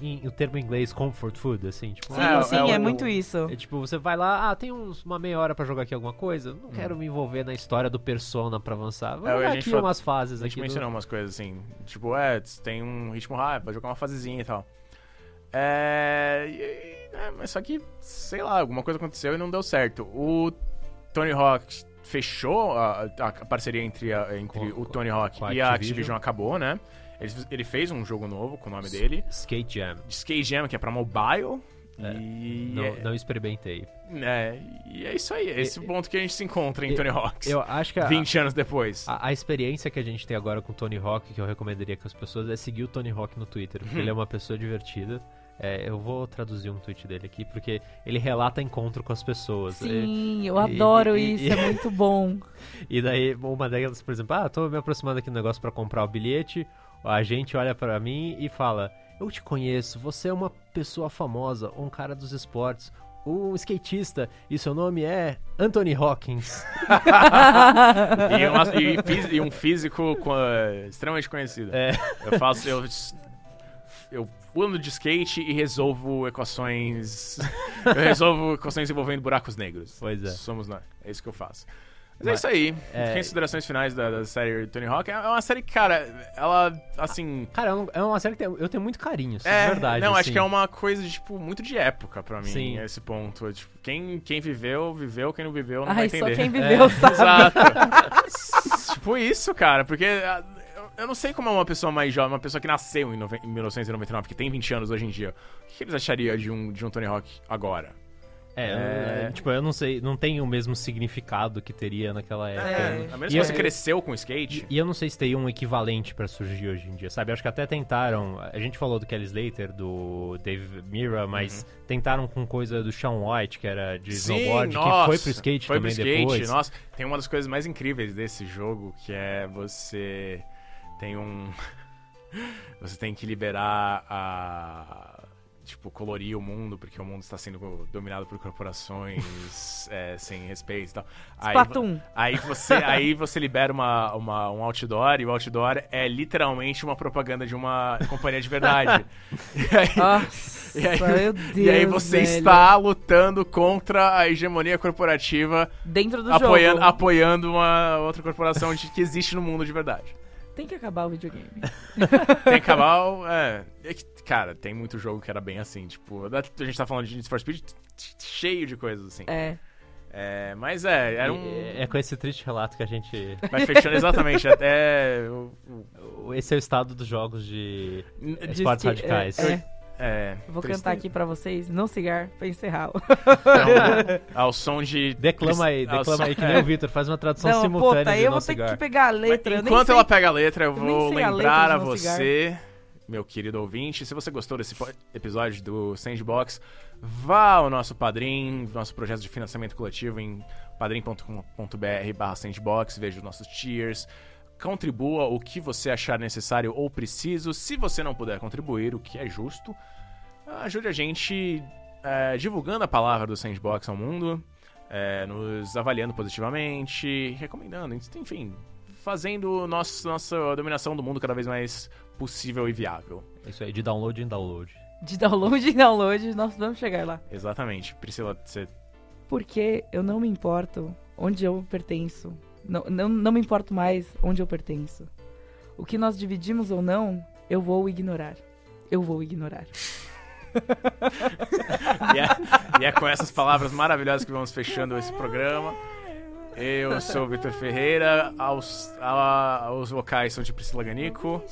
[SPEAKER 3] em, o termo em inglês comfort food, assim, tipo,
[SPEAKER 2] Sim,
[SPEAKER 1] É,
[SPEAKER 2] sim,
[SPEAKER 1] é
[SPEAKER 2] é,
[SPEAKER 1] o-
[SPEAKER 2] muito isso.
[SPEAKER 3] é tipo, você vai lá, ah, tem uns, uma meia hora pra jogar aqui alguma coisa, não
[SPEAKER 1] Hum.
[SPEAKER 3] quero me envolver na história do Persona pra avançar. Vou
[SPEAKER 1] É, a
[SPEAKER 3] jogar
[SPEAKER 1] gente
[SPEAKER 3] aqui
[SPEAKER 1] falou-
[SPEAKER 3] umas fases
[SPEAKER 1] A gente
[SPEAKER 3] aqui. do-
[SPEAKER 1] mencionou umas coisas assim, tipo, é, tem um ritmo rápido, vai jogar uma fasezinha e tal. É, e- é, Mas só que, sei lá, alguma coisa aconteceu e não deu certo. O Tony Hawk fechou a, a parceria entre, a- entre
[SPEAKER 3] Com-
[SPEAKER 1] o Tony Hawk
[SPEAKER 3] com a
[SPEAKER 1] e a
[SPEAKER 3] Activision.
[SPEAKER 1] Activision acabou, né? Ele, ele fez um jogo novo com o nome dele,
[SPEAKER 3] Skate Jam.
[SPEAKER 1] de Skate Jam, que é pra mobile.
[SPEAKER 3] É,
[SPEAKER 1] E,
[SPEAKER 3] Não,
[SPEAKER 1] é,
[SPEAKER 3] não experimentei.
[SPEAKER 1] é, e é isso aí, é esse ponto que a gente se encontra em Tony Hawks.
[SPEAKER 3] Eu acho que a, Ah.
[SPEAKER 1] 20 anos depois.
[SPEAKER 3] A, a experiência que a gente tem agora com o Tony Hawk, que eu recomendaria com as pessoas, é seguir o Tony Hawk no Twitter, porque
[SPEAKER 1] Uhum.
[SPEAKER 3] ele é uma pessoa divertida. É, eu vou traduzir um tweet dele aqui, porque ele relata encontro com as
[SPEAKER 1] é.
[SPEAKER 3] pessoas.
[SPEAKER 2] Sim, eu
[SPEAKER 3] e-
[SPEAKER 2] adoro
[SPEAKER 3] e-
[SPEAKER 2] isso,
[SPEAKER 3] e-
[SPEAKER 2] é
[SPEAKER 1] [laughs]
[SPEAKER 2] muito bom.
[SPEAKER 3] E, e daí, uma delas, por exemplo, ah, tô me aproximando aqui do negócio pra comprar o bilhete, a gente olha pra mim e fala, eu te conheço, você é uma pessoa famosa, um cara dos esportes, um skatista, e seu nome é Anthony Hawkins. [laughs]
[SPEAKER 1] E, uma- e fis- e um físico co- extremamente conhecido.
[SPEAKER 3] É.
[SPEAKER 1] Eu faço. Eu, s- eu ando de skate e resolvo
[SPEAKER 3] [laughs]
[SPEAKER 1] equações. Eu resolvo equações envolvendo buracos negros.
[SPEAKER 3] Pois é.
[SPEAKER 1] Somos nós. É isso que eu faço. Mas, é
[SPEAKER 3] Mas,
[SPEAKER 1] isso aí.
[SPEAKER 3] é-
[SPEAKER 1] Considerações finais da, da série Tony Hawk. É uma série que, cara, ela, assim.
[SPEAKER 3] Cara, é um- é uma série que tem- eu tenho muito carinho, isso
[SPEAKER 1] É,
[SPEAKER 3] é verdade.
[SPEAKER 1] Não, acho
[SPEAKER 3] assim.
[SPEAKER 1] que é uma coisa, tipo, muito de época pra mim,
[SPEAKER 3] Sim.
[SPEAKER 1] esse ponto. Tipo, quem, quem viveu, viveu, quem não viveu, não vai
[SPEAKER 2] Ai,
[SPEAKER 1] [laughs] entender. É,
[SPEAKER 2] só quem viveu sabe.
[SPEAKER 1] Exato. tipo isso, cara, porque ah, eu- eu não sei como é uma pessoa mais jovem, uma pessoa que nasceu em, noven- em 1999, que tem 20 anos hoje em dia. O que que eles achariam de um, de um Tony Hawk agora?
[SPEAKER 3] É, eu-
[SPEAKER 1] É.
[SPEAKER 3] é, tipo, eu não sei, não tem o mesmo significado que teria naquela época.
[SPEAKER 2] É.
[SPEAKER 1] A menos
[SPEAKER 3] E
[SPEAKER 1] que você
[SPEAKER 3] é-
[SPEAKER 1] cresceu com skate.
[SPEAKER 3] E eu não sei se teria um equivalente pra surgir hoje em dia, sabe? Acho que até tentaram. A gente falou do Kelly Slater, do Dave Mira, mas tentaram com coisa do Sean White, que era de snowboard, que foi pro skate
[SPEAKER 1] foi pro
[SPEAKER 3] também
[SPEAKER 1] skate,
[SPEAKER 3] depois.
[SPEAKER 1] Nossa, tem uma das coisas mais incríveis desse jogo, que é você tem um... [laughs] você tem que liberar a... Tipo, colorir o mundo, porque o mundo está sendo dominado por
[SPEAKER 3] [laughs]
[SPEAKER 1] corporações é, sem respeito e tal. Aí,
[SPEAKER 2] Splatoon.
[SPEAKER 1] Aí você, aí você libera uma, uma- um outdoor e o outdoor é literalmente uma propaganda de uma companhia de verdade. e aí,
[SPEAKER 2] Nossa,
[SPEAKER 1] e aí-
[SPEAKER 2] meu
[SPEAKER 1] [laughs]
[SPEAKER 2] Deus.
[SPEAKER 1] e aí você
[SPEAKER 2] velho.
[SPEAKER 1] está lutando contra a hegemonia corporativa,
[SPEAKER 2] dentro do
[SPEAKER 1] apoiando,
[SPEAKER 2] jogo.
[SPEAKER 1] apoiando uma outra corporação de- que existe no mundo de verdade.
[SPEAKER 2] Tem que acabar o videogame.
[SPEAKER 1] Tem que acabar. o- É, é que, cara, tem muito jogo que era bem assim. Tipo, a gente tá falando de Need for Speed t- t- cheio de coisas assim.
[SPEAKER 2] É.
[SPEAKER 1] É, mas é, era um.
[SPEAKER 3] E É com esse triste relato que a gente. [laughs]
[SPEAKER 1] Vai fechando exatamente até. o- o-
[SPEAKER 3] Esse é o estado dos jogos de
[SPEAKER 2] Diz
[SPEAKER 3] esportes
[SPEAKER 2] que-
[SPEAKER 3] radicais.
[SPEAKER 2] é, é.
[SPEAKER 1] É,
[SPEAKER 2] Vou
[SPEAKER 1] tristeza.
[SPEAKER 2] cantar aqui pra vocês, não cigar, pra encerrá-lo.
[SPEAKER 1] Não, Então, ao som de.
[SPEAKER 3] Declama aí,
[SPEAKER 1] ao som- É.
[SPEAKER 3] declama aí, que
[SPEAKER 1] [laughs]
[SPEAKER 3] nem o Vitor, faz uma tradução
[SPEAKER 2] Não,
[SPEAKER 3] simultânea
[SPEAKER 2] puta,
[SPEAKER 3] de
[SPEAKER 2] eu
[SPEAKER 3] não
[SPEAKER 2] vou ter
[SPEAKER 3] cigar.
[SPEAKER 2] que pegar a letra. eu nem
[SPEAKER 1] Enquanto
[SPEAKER 2] sei-
[SPEAKER 1] ela pega a letra, eu
[SPEAKER 2] nem
[SPEAKER 1] vou
[SPEAKER 2] sei a letra
[SPEAKER 1] lembrar
[SPEAKER 2] de
[SPEAKER 1] a
[SPEAKER 2] não
[SPEAKER 1] você, meu querido ouvinte, se você gostou desse po- episódio do Sandbox, vá ao nosso padrim, nosso projeto de financiamento coletivo em padrim.com.br barra sandbox, veja os nossos tiers. Contribua o que você achar necessário ou preciso. Se você não puder contribuir, o que é justo, ajude a gente é, divulgando a palavra do Sandbox ao mundo, é, nos avaliando positivamente, recomendando, enfim, fazendo nosso, nossa dominação do mundo cada vez mais possível e viável.
[SPEAKER 3] Isso aí, de download em download.
[SPEAKER 2] De download em download, nós vamos chegar lá.
[SPEAKER 1] Exatamente. Priscila, você.
[SPEAKER 2] Porque eu não me importo onde eu pertenço. Não, não, não me importo mais onde eu pertenço. O que nós dividimos ou não, eu vou ignorar. Eu vou ignorar.
[SPEAKER 1] E é, e é com essas palavras maravilhosas que vamos fechando esse programa. Eu sou o Vitor Ferreira, aos, a- os vocais são de Priscila Ganico,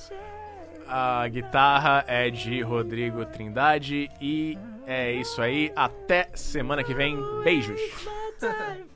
[SPEAKER 1] a guitarra é de Rodrigo Trindade e é isso aí. Até semana que vem. Beijos!
[SPEAKER 4] time